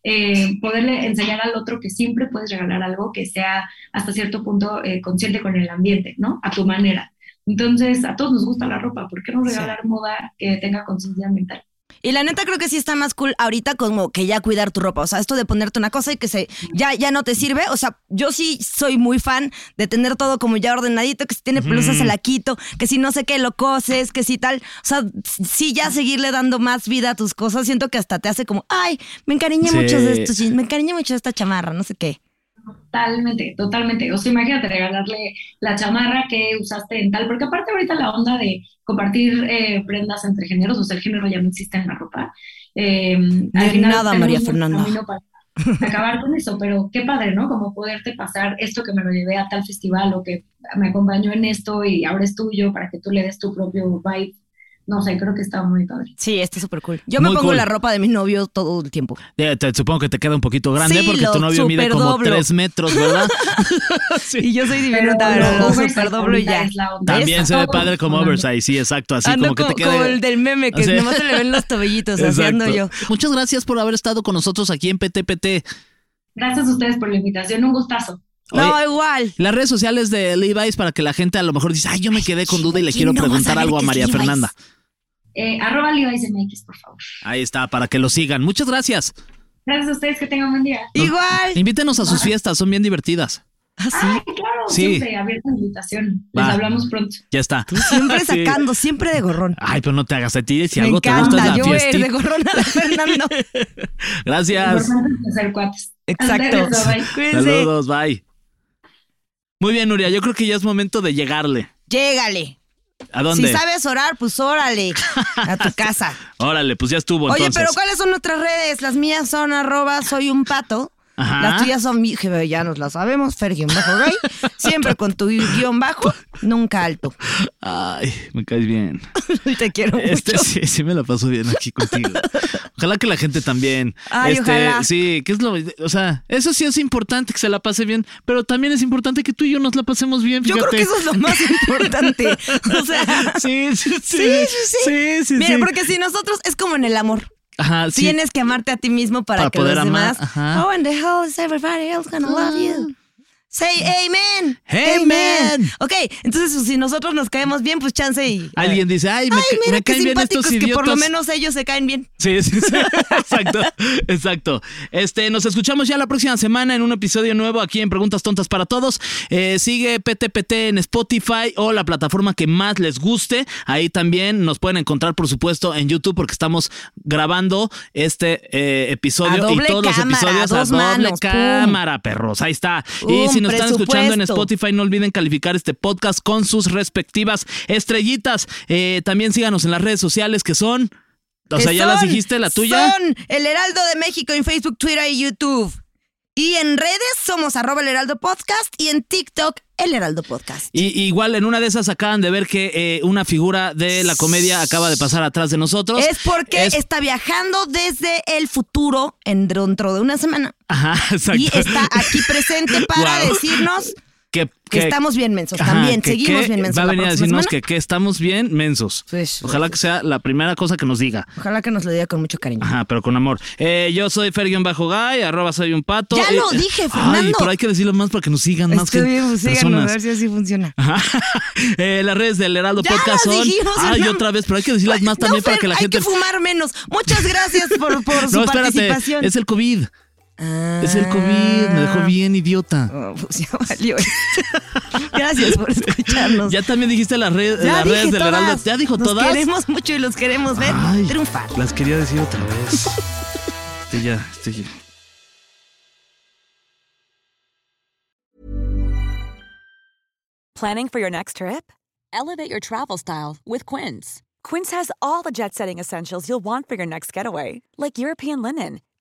Speaker 10: eh, poderle enseñar al otro que siempre puedes regalar algo que sea hasta cierto punto eh, consciente con el ambiente, ¿no? A tu manera. Entonces, a todos nos gusta la ropa, ¿por qué no regalar moda que tenga conciencia ambiental?
Speaker 2: Y la neta creo que sí está más cool ahorita como que ya cuidar tu ropa. O sea, esto de ponerte una cosa y que se ya, ya no te sirve. O sea, yo sí soy muy fan de tener todo como ya ordenadito, que si tiene pelusa
Speaker 11: Ujú.
Speaker 2: se la quito, que si no sé qué lo coses, que si tal. O sea, sí ya seguirle dando más vida a tus cosas. Siento que hasta te hace como, ay, me encariñé
Speaker 10: Sí.
Speaker 2: mucho de estos jeans, me encariñé mucho de esta chamarra, no sé qué.
Speaker 10: Totalmente, totalmente. O sea, imagínate regalarle la chamarra que usaste en tal, porque aparte ahorita la onda de compartir eh, prendas entre géneros, o sea, el género ya no existe en la ropa. Eh,
Speaker 2: De nada,
Speaker 10: tenemos
Speaker 2: María
Speaker 10: mucho
Speaker 2: Fernanda.
Speaker 10: camino para acabar con eso, pero qué padre, ¿no? Como poderte pasar esto que me lo llevé a tal festival o que me acompañó en esto y ahora es tuyo para que tú le des tu propio vibe. No sé, creo que está muy padre.
Speaker 2: Sí, está súper cool. Yo me
Speaker 1: Muy
Speaker 2: pongo
Speaker 1: cool.
Speaker 2: la ropa de mi novio todo el tiempo.
Speaker 1: Eh, te- supongo que te queda un poquito grande
Speaker 2: Sí,
Speaker 1: porque
Speaker 2: lo
Speaker 1: tu novio mide como
Speaker 2: superdoblo.
Speaker 1: tres metros, ¿verdad?
Speaker 2: Y yo soy divina,
Speaker 10: Pero
Speaker 2: pero
Speaker 10: lo
Speaker 2: lo
Speaker 10: oversize
Speaker 2: superdoblo y
Speaker 10: ahorita
Speaker 2: ya.
Speaker 10: es la onda.
Speaker 1: También
Speaker 10: Esa.
Speaker 1: se ve padre como oversize, sí, exacto, así
Speaker 2: Ando
Speaker 1: como que te
Speaker 2: co-
Speaker 1: quede...
Speaker 2: como el del meme, que
Speaker 1: Sí.
Speaker 2: nomás se le ven los tobillitos, así ando yo.
Speaker 1: Exacto. Muchas gracias por haber estado con nosotros aquí en PTPT.
Speaker 10: Gracias a ustedes por la invitación, un gustazo.
Speaker 1: No,
Speaker 2: igual.
Speaker 1: Las redes sociales de Levi's para que la gente a lo mejor dice, ay, yo me quedé con duda y le
Speaker 10: ¿quién
Speaker 1: quiero
Speaker 10: no va a
Speaker 1: preguntar
Speaker 10: saber
Speaker 1: algo a
Speaker 10: qué es
Speaker 1: María
Speaker 10: Levi's?
Speaker 1: Fernanda.
Speaker 10: Eh, arroba Levi's MX, por favor.
Speaker 1: Ahí está, para que lo sigan. Muchas gracias.
Speaker 10: Gracias a ustedes, que tengan buen día.
Speaker 2: Igual.
Speaker 1: Invítenos a sus fiestas, son bien divertidas.
Speaker 2: ¿Ah,
Speaker 10: Ay, claro,
Speaker 1: Sí.
Speaker 10: siempre abierta la invitación. Les
Speaker 1: Va.
Speaker 10: hablamos pronto.
Speaker 1: Ya está.
Speaker 2: Siempre
Speaker 1: Sí.
Speaker 2: sacando, siempre de gorrón.
Speaker 1: Ay, pero no te hagas de ti. Si
Speaker 2: Me
Speaker 1: algo te gusta es
Speaker 2: encanta,
Speaker 1: la
Speaker 2: yo voy a ir de
Speaker 1: fiesta.
Speaker 2: gorrón a la Fernando.
Speaker 1: Gracias.
Speaker 10: Importante hacer cuates.
Speaker 2: Exacto.
Speaker 10: Hasta luego, bye.
Speaker 1: Saludos, bye. Muy bien, Nuria, yo creo que ya es momento de llegarle.
Speaker 2: Llégale.
Speaker 1: ¿A dónde?
Speaker 2: Si sabes orar, pues órale a tu casa.
Speaker 1: Órale, pues ya estuvo
Speaker 2: Oye,
Speaker 1: entonces.
Speaker 2: pero ¿cuáles son nuestras redes? Las mías son arroba soy un pato.
Speaker 1: Ajá.
Speaker 2: Las tuyas son, mi- que ya nos las sabemos, Fer guión bajo Gay. Siempre con tu guión bajo, nunca alto.
Speaker 1: Ay, me caes bien.
Speaker 2: Te quiero mucho.
Speaker 1: Este sí, sí me la paso bien aquí contigo. Ojalá que la gente también.
Speaker 2: Ay,
Speaker 1: este,
Speaker 2: ojalá.
Speaker 1: sí, que es lo, o sea, eso sí es importante que se la pase bien, pero también es importante que tú y yo nos la pasemos bien.
Speaker 2: Yo creo
Speaker 1: fíjate.
Speaker 2: que eso es lo más importante. O sea,
Speaker 1: sí, sí, sí.
Speaker 2: Sí, sí,
Speaker 1: Sí, sí,
Speaker 2: Mira,
Speaker 1: sí.
Speaker 2: porque si nosotros es como en el amor.
Speaker 1: Ajá, sí.
Speaker 2: Tienes que amarte a ti mismo para,
Speaker 1: Para
Speaker 2: que
Speaker 1: poder
Speaker 2: los
Speaker 1: amar,
Speaker 2: demás.
Speaker 1: ajá. Ah.
Speaker 2: Oh, and the hell is everybody else gonna love you. Say amen.
Speaker 1: Amen.
Speaker 2: Ok, entonces pues, si nosotros nos caemos bien, pues chance y.
Speaker 1: Alguien dice, ay, me,
Speaker 2: Ay,
Speaker 1: ca-
Speaker 2: mira
Speaker 1: me
Speaker 2: qué
Speaker 1: caen bien
Speaker 2: simpáticos
Speaker 1: estos
Speaker 2: que
Speaker 1: idiotas.
Speaker 2: por lo menos ellos se caen bien.
Speaker 1: Sí, sí, sí. exacto, exacto. Este, nos escuchamos ya la próxima semana en un episodio nuevo aquí en Preguntas Tontas para Todos. Eh, sigue PTPT en Spotify o la plataforma que más les guste. Ahí también nos pueden encontrar, por supuesto, en YouTube porque estamos grabando este eh, episodio
Speaker 2: A doble
Speaker 1: y todos
Speaker 2: cámara,
Speaker 1: los episodios
Speaker 2: dos
Speaker 1: a doble
Speaker 2: manos, pum.
Speaker 1: cámara, perros. Ahí está. y
Speaker 2: Un
Speaker 1: si nos están escuchando en
Speaker 2: presupuesto.
Speaker 1: Spotify, no olviden calificar este podcast con sus respectivas estrellitas. Eh, también síganos en las redes sociales que son... O
Speaker 2: que
Speaker 1: sea, ya las
Speaker 2: son-
Speaker 1: dijiste, la tuya.
Speaker 2: Son El Heraldo de México en Facebook, Twitter y YouTube. Y en redes somos arroba el Heraldo Podcast y en TikTok el Heraldo Podcast.
Speaker 1: Y, y igual en una de esas acaban de ver que eh, una figura de la comedia acaba de pasar atrás de nosotros.
Speaker 2: Es porque
Speaker 1: Es-
Speaker 2: está viajando desde el futuro en dentro de una semana.
Speaker 1: Ajá, exacto.
Speaker 2: Y está aquí presente para
Speaker 1: Guau.
Speaker 2: decirnos
Speaker 1: que,
Speaker 2: que estamos bien mensos.
Speaker 1: Ajá,
Speaker 2: También
Speaker 1: que-
Speaker 2: seguimos
Speaker 1: que
Speaker 2: bien mensos.
Speaker 1: Va a
Speaker 2: la
Speaker 1: venir a
Speaker 2: próxima
Speaker 1: decirnos
Speaker 2: semana. Pues,
Speaker 1: que, que estamos bien mensos. Ojalá que sea la primera cosa que nos diga.
Speaker 2: Ojalá que nos lo diga con mucho cariño.
Speaker 1: Ajá, pero con amor. Eh, yo soy Fergion Bajo Gay, arroba soy un pato.
Speaker 2: Ya
Speaker 1: Y-
Speaker 2: lo dije,
Speaker 1: Ay,
Speaker 2: Fernando.
Speaker 1: pero hay que decirlo más para que nos sigan más
Speaker 2: Estoy bien, pues,
Speaker 1: que
Speaker 2: síganos, a ver
Speaker 1: personas.
Speaker 2: si así funciona.
Speaker 1: Ajá. Eh, las redes del Heraldo
Speaker 2: Ya
Speaker 1: Podcast
Speaker 2: las
Speaker 1: son.
Speaker 2: dijimos,
Speaker 1: Ay,
Speaker 2: Hernán.
Speaker 1: otra vez, pero hay que decirlas más
Speaker 2: No,
Speaker 1: también para
Speaker 2: Fer,
Speaker 1: que la gente.
Speaker 2: Hay que fumar menos. Muchas gracias por, por su
Speaker 1: no, espérate,
Speaker 2: participación. Ah.
Speaker 1: es el COVID. Es el COVID, me dejó bien idiota.
Speaker 2: Oh, pues Gracias por escucharnos.
Speaker 1: Ya también dijiste las, redes
Speaker 2: Ya
Speaker 1: las
Speaker 2: dije
Speaker 1: redes del
Speaker 2: todas.
Speaker 1: Heraldo. Ya dijo
Speaker 2: Nos
Speaker 1: todas.
Speaker 2: queremos mucho y los queremos ver triunfar.
Speaker 1: Las quería decir otra vez. Este ya, este ya.
Speaker 11: Planning for your next trip? Elevate your travel style with Quince.
Speaker 10: Quince has all the jet setting essentials you'll want for your next getaway, like European linen,